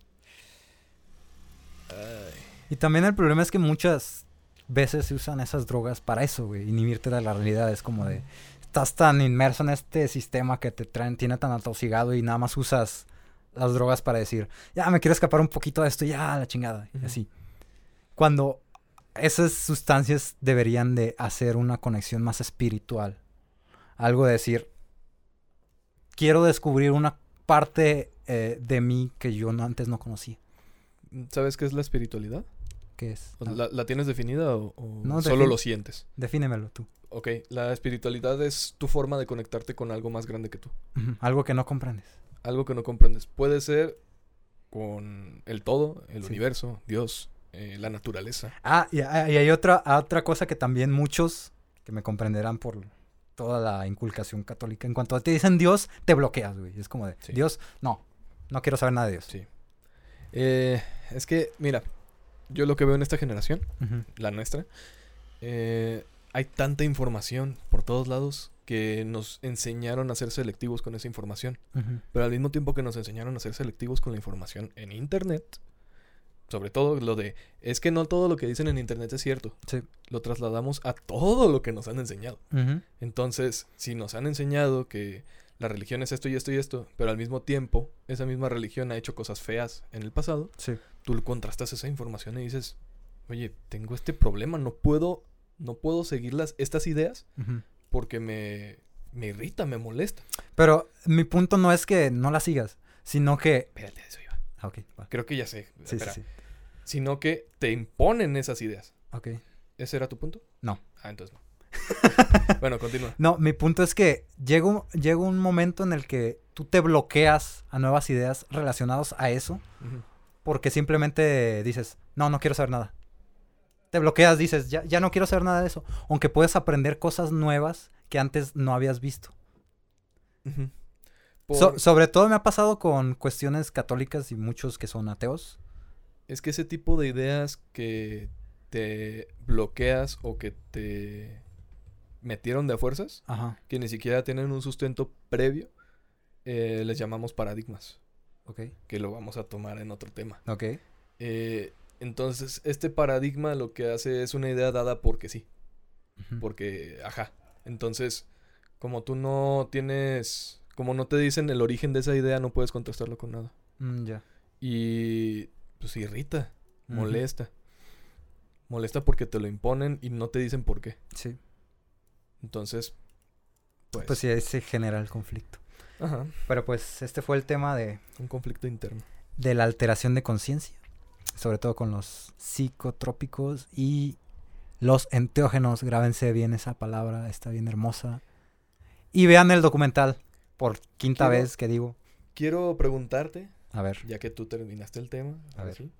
Speaker 2: Ay.
Speaker 1: Y también el problema es que muchas veces se usan esas drogas para eso, güey. Inhibirte de la realidad. Es como de. Estás tan inmerso en este sistema que te traen, tiene tan atosigado y nada más usas las drogas para decir, ya me quiero escapar un poquito de esto, ya la chingada. Y
Speaker 2: Ujú.
Speaker 1: así. Cuando esas sustancias deberían de hacer una conexión más espiritual. Algo de decir, quiero descubrir una parte eh, de mí que yo no- antes no conocía.
Speaker 2: ¿Sabes qué es la espiritualidad?
Speaker 1: ¿Qué es?
Speaker 2: O sea, Pues ¿La, la tienes definida o, o
Speaker 1: No,
Speaker 2: solo
Speaker 1: defin-
Speaker 2: lo sientes?
Speaker 1: Defínemelo tú.
Speaker 2: Ok, la espiritualidad es tu forma de conectarte con algo más grande que tú.
Speaker 1: Ujú, Algo que no comprendes.
Speaker 2: Algo que no comprendes. Puede ser con el todo, el
Speaker 1: Sí.
Speaker 2: universo, Dios, eh, la naturaleza.
Speaker 1: Ah, y, ah, y hay otra, ah, otra cosa que también muchos que me comprenderán por toda la inculcación católica. En cuanto te dicen Dios, te bloqueas, güey. Es como de,
Speaker 2: Sí.
Speaker 1: Dios, no, no quiero saber nada de Dios.
Speaker 2: Sí. Eh, es que, mira, yo lo que veo en esta generación,
Speaker 1: Ujú.
Speaker 2: la nuestra, eh, hay tanta información por todos lados que nos enseñaron a ser selectivos con esa información.
Speaker 1: Ujú.
Speaker 2: Pero al mismo tiempo que nos enseñaron a ser selectivos con la información en Internet, sobre todo lo de, es que no todo lo que dicen en Internet es cierto.
Speaker 1: Sí.
Speaker 2: Lo trasladamos a todo lo que nos han enseñado.
Speaker 1: Ujú.
Speaker 2: Entonces, si nos han enseñado que la religión es esto y esto y esto, pero al mismo tiempo esa misma religión ha hecho cosas feas en el pasado,
Speaker 1: Sí.
Speaker 2: tú contrastas esa información y dices, oye, tengo este problema, no puedo, no puedo seguir las, estas ideas
Speaker 1: Ujú.
Speaker 2: porque me, me irrita, me molesta.
Speaker 1: Pero mi punto no es que no la sigas, sino que...
Speaker 2: Espérate, a eso iba.
Speaker 1: Ah, ok, va.
Speaker 2: Creo que ya sé.
Speaker 1: Sí, sí,
Speaker 2: espera.
Speaker 1: sí.
Speaker 2: Sino que te imponen esas ideas.
Speaker 1: Ok.
Speaker 2: ¿Ese era tu punto?
Speaker 1: No.
Speaker 2: Ah, entonces no. bueno, continúa.
Speaker 1: No, mi punto es que llega un, llega un momento en el que tú te bloqueas a nuevas ideas relacionadas a eso
Speaker 2: Ujú.
Speaker 1: porque simplemente dices, no, no quiero saber nada. Te bloqueas, dices, ya, ya no quiero saber nada de eso. Aunque puedes aprender cosas nuevas que antes no habías visto.
Speaker 2: Ujú. por-
Speaker 1: So- sobre todo me ha pasado con cuestiones católicas y muchos que son ateos.
Speaker 2: Es que ese tipo de ideas que te bloqueas o que te metieron de a fuerzas,
Speaker 1: Ajá,
Speaker 2: que ni siquiera tienen un sustento previo, eh, les llamamos paradigmas,
Speaker 1: ok.
Speaker 2: que lo vamos a tomar en otro tema.
Speaker 1: Ok,
Speaker 2: Eh, entonces, este paradigma lo que hace es una idea dada porque sí,
Speaker 1: ujú,
Speaker 2: porque, ajá. Entonces, como tú no tienes, como no te dicen el origen de esa idea, no puedes contrastarlo con nada.
Speaker 1: mm, ya.
Speaker 2: Y pues irrita.
Speaker 1: ujú,
Speaker 2: Molesta. Molesta porque te lo imponen y no te dicen por qué.
Speaker 1: Sí,
Speaker 2: Entonces, pues,
Speaker 1: pues sí, ahí se genera el conflicto.
Speaker 2: ajá,
Speaker 1: Pero pues este fue el tema de,
Speaker 2: un conflicto interno.
Speaker 1: de la alteración de conciencia, sobre todo con los psicotrópicos y los enteógenos. Grábense bien esa palabra, está bien hermosa. Y vean el documental, por quinta
Speaker 2: Quiero-
Speaker 1: vez que digo.
Speaker 2: Quiero preguntarte,
Speaker 1: A ver,
Speaker 2: ya que tú terminaste el tema,
Speaker 1: A
Speaker 2: ahora
Speaker 1: ver.
Speaker 2: sí,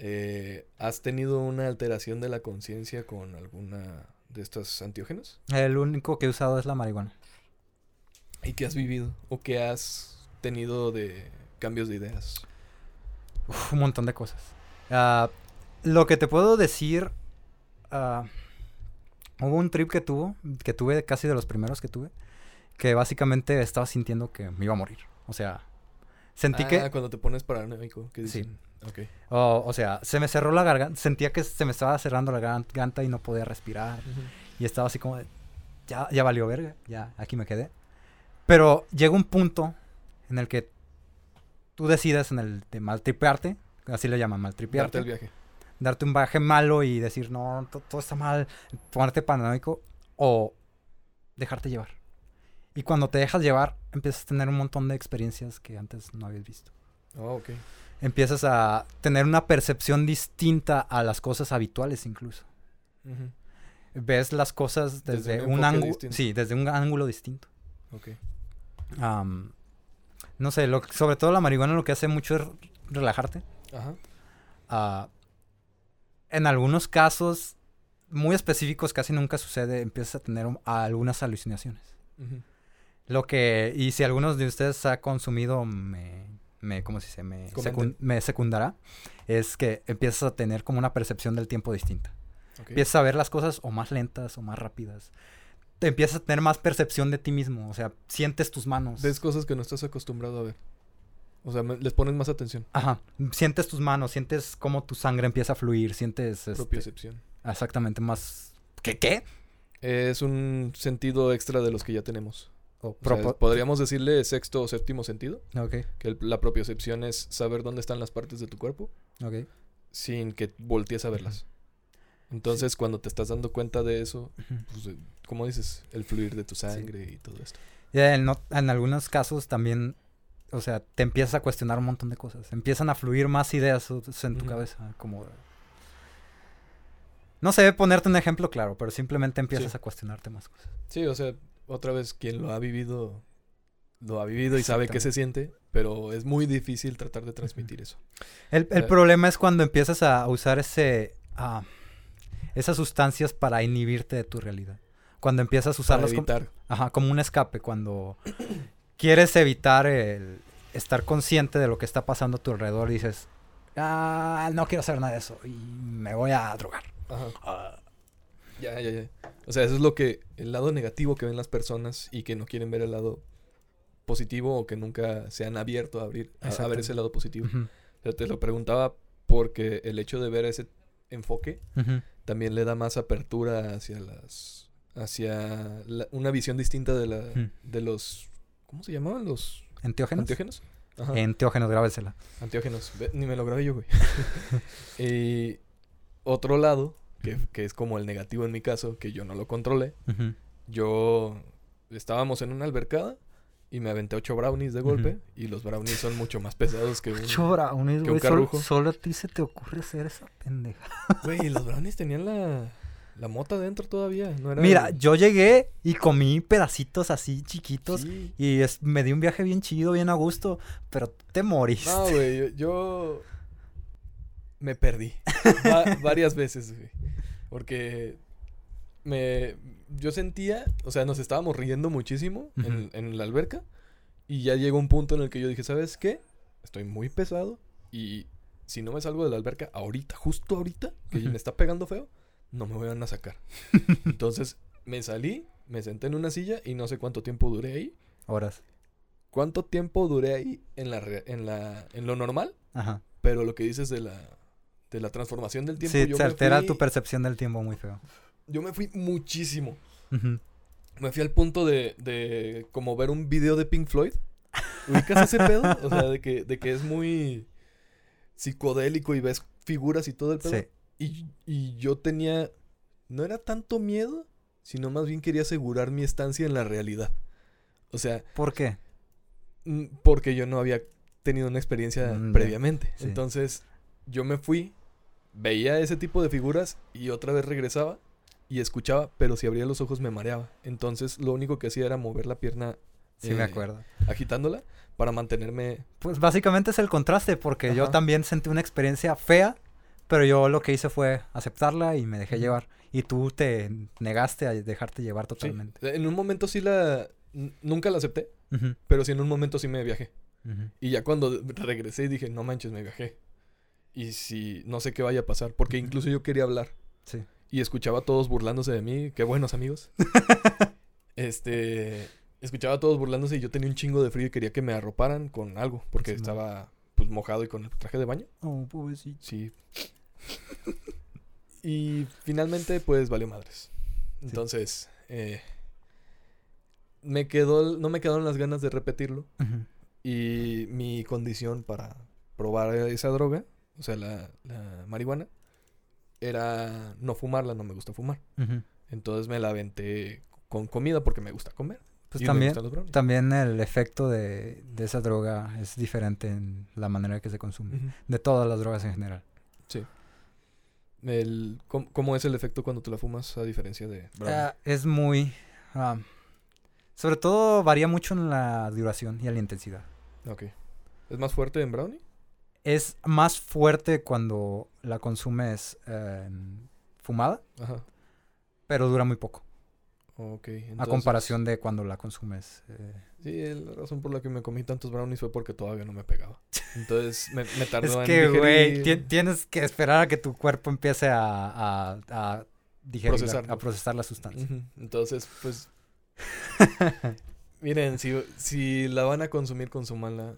Speaker 2: eh, ¿has tenido una alteración de la conciencia con alguna de estos antiógenos?
Speaker 1: el único que he usado es la marihuana.
Speaker 2: ¿Y qué has vivido? ¿O qué has tenido de cambios de ideas?
Speaker 1: Uf, un montón de cosas. Ah, lo que te puedo decir, ah, hubo un trip que tuvo, que tuve casi de los primeros que tuve, que básicamente estaba sintiendo que me iba a morir. O sea, sentí
Speaker 2: ah,
Speaker 1: que,
Speaker 2: cuando te pones paranoico, ¿qué
Speaker 1: Sí.
Speaker 2: dicen? Ok.
Speaker 1: oh, o sea, se me cerró la garganta, sentía que se me estaba cerrando la garganta y no podía respirar y estaba así como, de, ya, ya valió verga, ya aquí me quedé. Pero llega un punto en el que tú decides en el de maltripearte, así le llaman
Speaker 2: Darte
Speaker 1: maltripearte
Speaker 2: el viaje.
Speaker 1: darte un baje malo y decir, no, to- todo está mal, ponerte paranoico o dejarte llevar. Y cuando te dejas llevar, empiezas a tener un montón de experiencias que antes no habías visto.
Speaker 2: Oh, ok.
Speaker 1: Empiezas a tener una percepción distinta a las cosas habituales incluso.
Speaker 2: Ujú.
Speaker 1: Ves las cosas
Speaker 2: Desde
Speaker 1: desde,
Speaker 2: un
Speaker 1: un
Speaker 2: enfoque
Speaker 1: ángulo,
Speaker 2: distinto.
Speaker 1: sí, desde un ángulo distinto.
Speaker 2: Ok.
Speaker 1: Am, no sé, lo- sobre todo la marihuana lo que hace mucho es relajarte.
Speaker 2: Ajá.
Speaker 1: ah, en algunos casos muy específicos, casi nunca sucede, empiezas a tener un- algunas alucinaciones.
Speaker 2: Ujú.
Speaker 1: Lo que, y si algunos de ustedes ha consumido, me, me ¿cómo se dice? Me,
Speaker 2: Comenten.
Speaker 1: secun- me secundará, es que empiezas a tener como una percepción del tiempo distinta.
Speaker 2: Ok.
Speaker 1: Empiezas a ver las cosas o más lentas o más rápidas. Te empiezas a tener más percepción de ti mismo, o sea, sientes tus manos.
Speaker 2: Ves cosas que no estás acostumbrado a ver. O sea, me- les pones más atención.
Speaker 1: Ajá, sientes tus manos, sientes cómo tu sangre empieza a fluir, sientes... este,
Speaker 2: Propiocepción.
Speaker 1: exactamente más... ¿Qué qué?
Speaker 2: Es un sentido extra de los que ya tenemos.
Speaker 1: O
Speaker 2: O sea,
Speaker 1: propo-
Speaker 2: podríamos decirle sexto o séptimo sentido.
Speaker 1: ok,
Speaker 2: Que el- la propiocepción es saber dónde están las partes de tu cuerpo
Speaker 1: ok.
Speaker 2: sin que voltees a verlas. Entonces, cuando te estás dando cuenta de eso, pues, eh, como dices, el fluir de tu sangre y todo esto.
Speaker 1: Ya en, ot- en algunos casos también, o sea, te empiezas a cuestionar un montón de cosas. Empiezan a fluir más ideas o- en tu
Speaker 2: Ujú.
Speaker 1: cabeza, como... No sé ponerte un ejemplo claro, pero simplemente empiezas
Speaker 2: Sí.
Speaker 1: a cuestionarte más cosas.
Speaker 2: Sí, o sea, otra vez, quien lo ha vivido, lo ha vivido y sabe qué se siente, pero es muy difícil tratar de transmitir eso.
Speaker 1: El, el
Speaker 2: Eh.
Speaker 1: problema es cuando empiezas a usar ese... ah, esas sustancias para inhibirte de tu realidad. Cuando empiezas a
Speaker 2: Para
Speaker 1: usarlas como,
Speaker 2: evitar.
Speaker 1: Ajá, como un escape cuando quieres evitar el estar consciente de lo que está pasando a tu alrededor dices, ah, no quiero hacer nada de eso y me voy a drogar.
Speaker 2: Ajá.
Speaker 1: Ah,
Speaker 2: Ya, ya, ya. O sea, eso es lo que, el lado negativo que ven las personas y que no quieren ver el lado positivo o que nunca se han abierto a abrir, a- a, ver
Speaker 1: Exactamente.
Speaker 2: ese lado positivo.
Speaker 1: ujú,
Speaker 2: O sea, te lo preguntaba porque el hecho de ver ese enfoque
Speaker 1: ujú,
Speaker 2: también le da más apertura hacia las, hacia la- una visión distinta de la,
Speaker 1: Hmm.
Speaker 2: de los, ¿cómo se llamaban los
Speaker 1: ¿Enteógenos?
Speaker 2: antiógenos? Ajá.
Speaker 1: Enteógenos, Eh, grábensela.
Speaker 2: Antiógenos. Ve, Ni me lo grabé yo, güey. y otro lado, que, que es como el negativo en mi caso, que yo no lo controlé,
Speaker 1: Ujú,
Speaker 2: yo estábamos en una albercada y me aventé ocho brownies de golpe
Speaker 1: Ujú.
Speaker 2: y los brownies son mucho más pesados que un...
Speaker 1: Chora, un-
Speaker 2: un
Speaker 1: güey, sol-
Speaker 2: carrujo.
Speaker 1: solo a ti se te ocurre hacer esa pendeja.
Speaker 2: Güey, los brownies tenían la, la mota dentro todavía, ¿no era?
Speaker 1: Mira,
Speaker 2: el-
Speaker 1: yo llegué y comí pedacitos así chiquitos
Speaker 2: Sí.
Speaker 1: y es- me di un viaje bien chido, bien a gusto, pero te moriste.
Speaker 2: No, güey, yo, yo me perdí Va- varias veces, güey. Porque me yo sentía, o sea, nos estábamos riendo muchísimo en,
Speaker 1: Ujú.
Speaker 2: en la alberca Y ya llegó un punto en el que yo dije, ¿sabes qué? Estoy muy pesado y si no me salgo de la alberca ahorita, justo ahorita, que
Speaker 1: Ujú.
Speaker 2: me está pegando feo, no me van a sacar. Entonces me salí, me senté en una silla y no sé cuánto tiempo duré ahí.
Speaker 1: Horas.
Speaker 2: ¿Cuánto tiempo duré ahí en, la, re- en, la, en lo normal?
Speaker 1: Ajá.
Speaker 2: Pero lo que dices de la, de la transformación del tiempo...
Speaker 1: Sí,
Speaker 2: yo
Speaker 1: se
Speaker 2: me
Speaker 1: altera
Speaker 2: fui-
Speaker 1: tu percepción del tiempo muy feo.
Speaker 2: Yo me fui muchísimo.
Speaker 1: Ujú.
Speaker 2: Me fui al punto de, de como ver un video de Pink Floyd. ¿Ubicas ese pedo? O sea, de que, de que es muy psicodélico y ves figuras y todo el pedo.
Speaker 1: Sí.
Speaker 2: Y, y yo tenía... No era tanto miedo, sino más bien quería asegurar mi estancia en la realidad. O sea,
Speaker 1: ¿Por qué?
Speaker 2: mm, porque yo no había tenido una experiencia
Speaker 1: Mm, ya.
Speaker 2: previamente.
Speaker 1: Sí.
Speaker 2: Entonces, yo me fui, veía ese tipo de figuras y otra vez regresaba y escuchaba, pero si abría los ojos me mareaba. Entonces, lo único que hacía era mover la pierna
Speaker 1: Sí, me
Speaker 2: Eh,
Speaker 1: acuerdo.
Speaker 2: agitándola para mantenerme...
Speaker 1: Pues básicamente es el contraste, porque yo
Speaker 2: Ajá.
Speaker 1: también sentí una experiencia fea, pero yo lo que hice fue aceptarla y me dejé
Speaker 2: Ujú.
Speaker 1: llevar. Y tú te dejarte a dejarte llevar
Speaker 2: Sí,
Speaker 1: totalmente.
Speaker 2: En un momento sí la... n- Nunca la acepté,
Speaker 1: Ujú,
Speaker 2: pero sí en un momento sí me viajé.
Speaker 1: ujú.
Speaker 2: Y ya cuando regresé dije, no manches, me viajé. Y si no sé qué vaya a pasar, porque
Speaker 1: Ujú.
Speaker 2: incluso yo quería hablar.
Speaker 1: Sí.
Speaker 2: Y escuchaba a todos burlándose de mí, qué buenos amigos. este, escuchaba a todos burlándose y yo tenía un chingo de frío y quería que me arroparan con algo, porque
Speaker 1: Simón.
Speaker 2: estaba pues mojado y con el traje de baño.
Speaker 1: Oh, pobrecito.
Speaker 2: Sí. y finalmente, pues valió madres. Entonces, eh, me quedó, no me quedaron las ganas de repetirlo.
Speaker 1: Ujú.
Speaker 2: Y mi condición para probar esa droga, o sea, la, la marihuana, era no fumarla, no me gusta fumar.
Speaker 1: Ujú.
Speaker 2: Entonces me la aventé con comida porque me gusta comer.
Speaker 1: Pues
Speaker 2: y me
Speaker 1: también,
Speaker 2: gustan los brownies.
Speaker 1: también el efecto de, de esa droga es diferente en la manera que se consume.
Speaker 2: Ujú.
Speaker 1: De todas las drogas en general.
Speaker 2: El- ¿cómo, cómo es el efecto cuando te la fumas a diferencia de brownie?
Speaker 1: Ah, es muy... ah, sobre todo varía mucho en la duración y en la intensidad.
Speaker 2: Ok. ¿Es más fuerte en brownie?
Speaker 1: Es más fuerte cuando la consumes eh, fumada,
Speaker 2: Ajá.
Speaker 1: pero dura muy poco.
Speaker 2: Ok.
Speaker 1: a
Speaker 2: entonces-
Speaker 1: comparación de cuando la consumes. eh.
Speaker 2: Sí, eh, la razón por la que me comí tantos brownies fue porque todavía no me pegaba. Entonces me, me
Speaker 1: Es
Speaker 2: tardó en
Speaker 1: que, güey,
Speaker 2: digerir.
Speaker 1: ti- tienes que esperar a que tu cuerpo empiece a, a, a digerir, la-
Speaker 2: Procesarlo.
Speaker 1: a procesar la sustancia.
Speaker 2: Ujú, Entonces, pues. miren, si, si la van a consumir, consumanla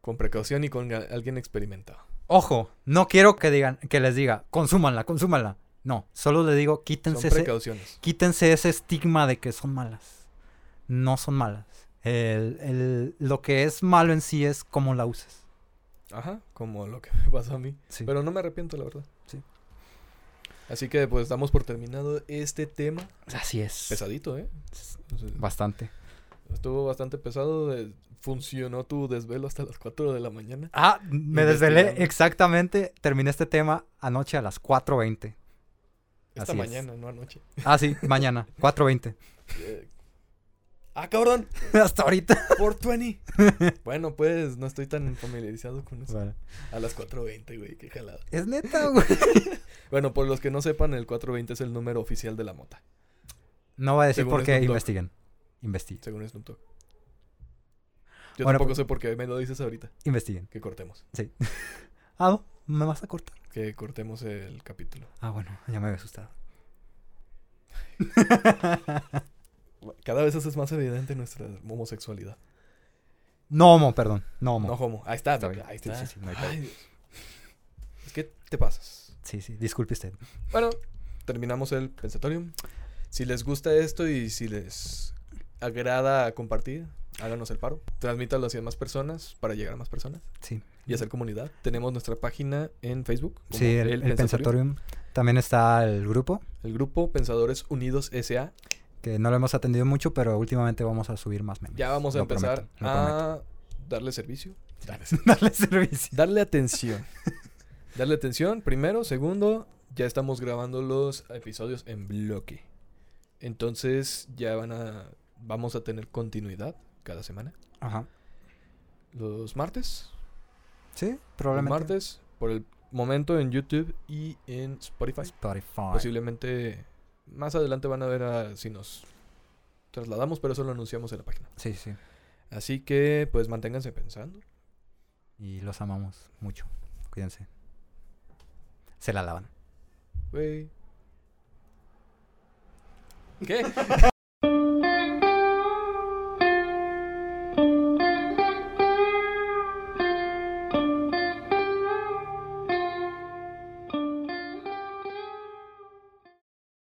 Speaker 2: con precaución y con a- alguien experimentado.
Speaker 1: Ojo, no quiero que digan, que les diga, consúmanla, consúmanla. No, solo le digo, quítense
Speaker 2: Son
Speaker 1: ese,
Speaker 2: precauciones.
Speaker 1: quítense ese estigma de que son malas. No son malas. El- el- lo que es malo en sí es cómo la uses.
Speaker 2: Ajá, como lo que me pasó a mí.
Speaker 1: Sí.
Speaker 2: Pero no me arrepiento, la verdad.
Speaker 1: Sí.
Speaker 2: Así que, pues, damos por terminado este tema.
Speaker 1: Así es.
Speaker 2: Pesadito, ¿eh? O sea,
Speaker 1: Bastante.
Speaker 2: Estuvo bastante pesado. eh, Funcionó tu desvelo hasta las 4 de la mañana.
Speaker 1: Ah, me desvelé
Speaker 2: Investigando.
Speaker 1: exactamente. Terminé este tema anoche a las 4.20.
Speaker 2: Esta
Speaker 1: Así es.
Speaker 2: mañana, no anoche.
Speaker 1: Ah, sí, mañana, 4.20.
Speaker 2: Eh, ¡Ah, cabrón!
Speaker 1: Hasta ahorita.
Speaker 2: ¡Por 20! bueno, pues, no estoy tan familiarizado con eso. A las 4.20, güey, qué jalada.
Speaker 1: Es neta, güey.
Speaker 2: Bueno, por los que no sepan, el 4.20 es el número oficial de la mota,
Speaker 1: No voy a decir
Speaker 2: Según
Speaker 1: por qué,
Speaker 2: Snoop Dogg.
Speaker 1: investiguen. Investiguen.
Speaker 2: según Snoop Dogg. Yo
Speaker 1: Bueno,
Speaker 2: tampoco
Speaker 1: pues-
Speaker 2: sé por qué me lo dices ahorita,
Speaker 1: Investiguen.
Speaker 2: que cortemos,
Speaker 1: Ah, ¿no? ¿me vas a cortar?
Speaker 2: que cortemos el capítulo.
Speaker 1: Ah, bueno, ya me había asustado.
Speaker 2: Cada vez haces más evidente nuestra homosexualidad.
Speaker 1: No homo, perdón. No homo.
Speaker 2: No homo, ahí está,
Speaker 1: Está
Speaker 2: ahí
Speaker 1: bien. Sí,
Speaker 2: está.
Speaker 1: sí, sí, no hay
Speaker 2: Ay, Dios. es que te pasas.
Speaker 1: Sí, sí, disculpe usted.
Speaker 2: Bueno, terminamos el pensatorium. Si les gusta esto y si les agrada compartir, háganos el paro. Transmítalo hacia más personas para llegar a más personas.
Speaker 1: Sí.
Speaker 2: y hacer comunidad. Tenemos nuestra página en Facebook. como
Speaker 1: Sí, el, el
Speaker 2: Pensatorium.
Speaker 1: pensatorium. También está el grupo,
Speaker 2: El grupo Pensadores Unidos S.A.
Speaker 1: que no lo hemos atendido mucho, pero últimamente vamos a subir más memes.
Speaker 2: Ya vamos a
Speaker 1: Lo
Speaker 2: empezar Ah.
Speaker 1: prometo, lo
Speaker 2: a darle servicio. Darle, ser-
Speaker 1: Darle servicio.
Speaker 2: darle atención. darle atención, primero. Segundo, ya estamos grabando los episodios en bloque. Entonces ya van a... Vamos a tener continuidad cada semana.
Speaker 1: Ajá.
Speaker 2: Los martes.
Speaker 1: Sí,
Speaker 2: Los
Speaker 1: probablemente.
Speaker 2: martes. Por el momento en YouTube y en Spotify. Pues
Speaker 1: Spotify.
Speaker 2: Posiblemente más adelante van a ver a- si nos trasladamos, pero eso lo anunciamos en la página.
Speaker 1: Sí, sí.
Speaker 2: Así que, pues manténganse pensando.
Speaker 1: Y los amamos mucho. Cuídense. Se la lavan.
Speaker 2: Güey. ¿Qué?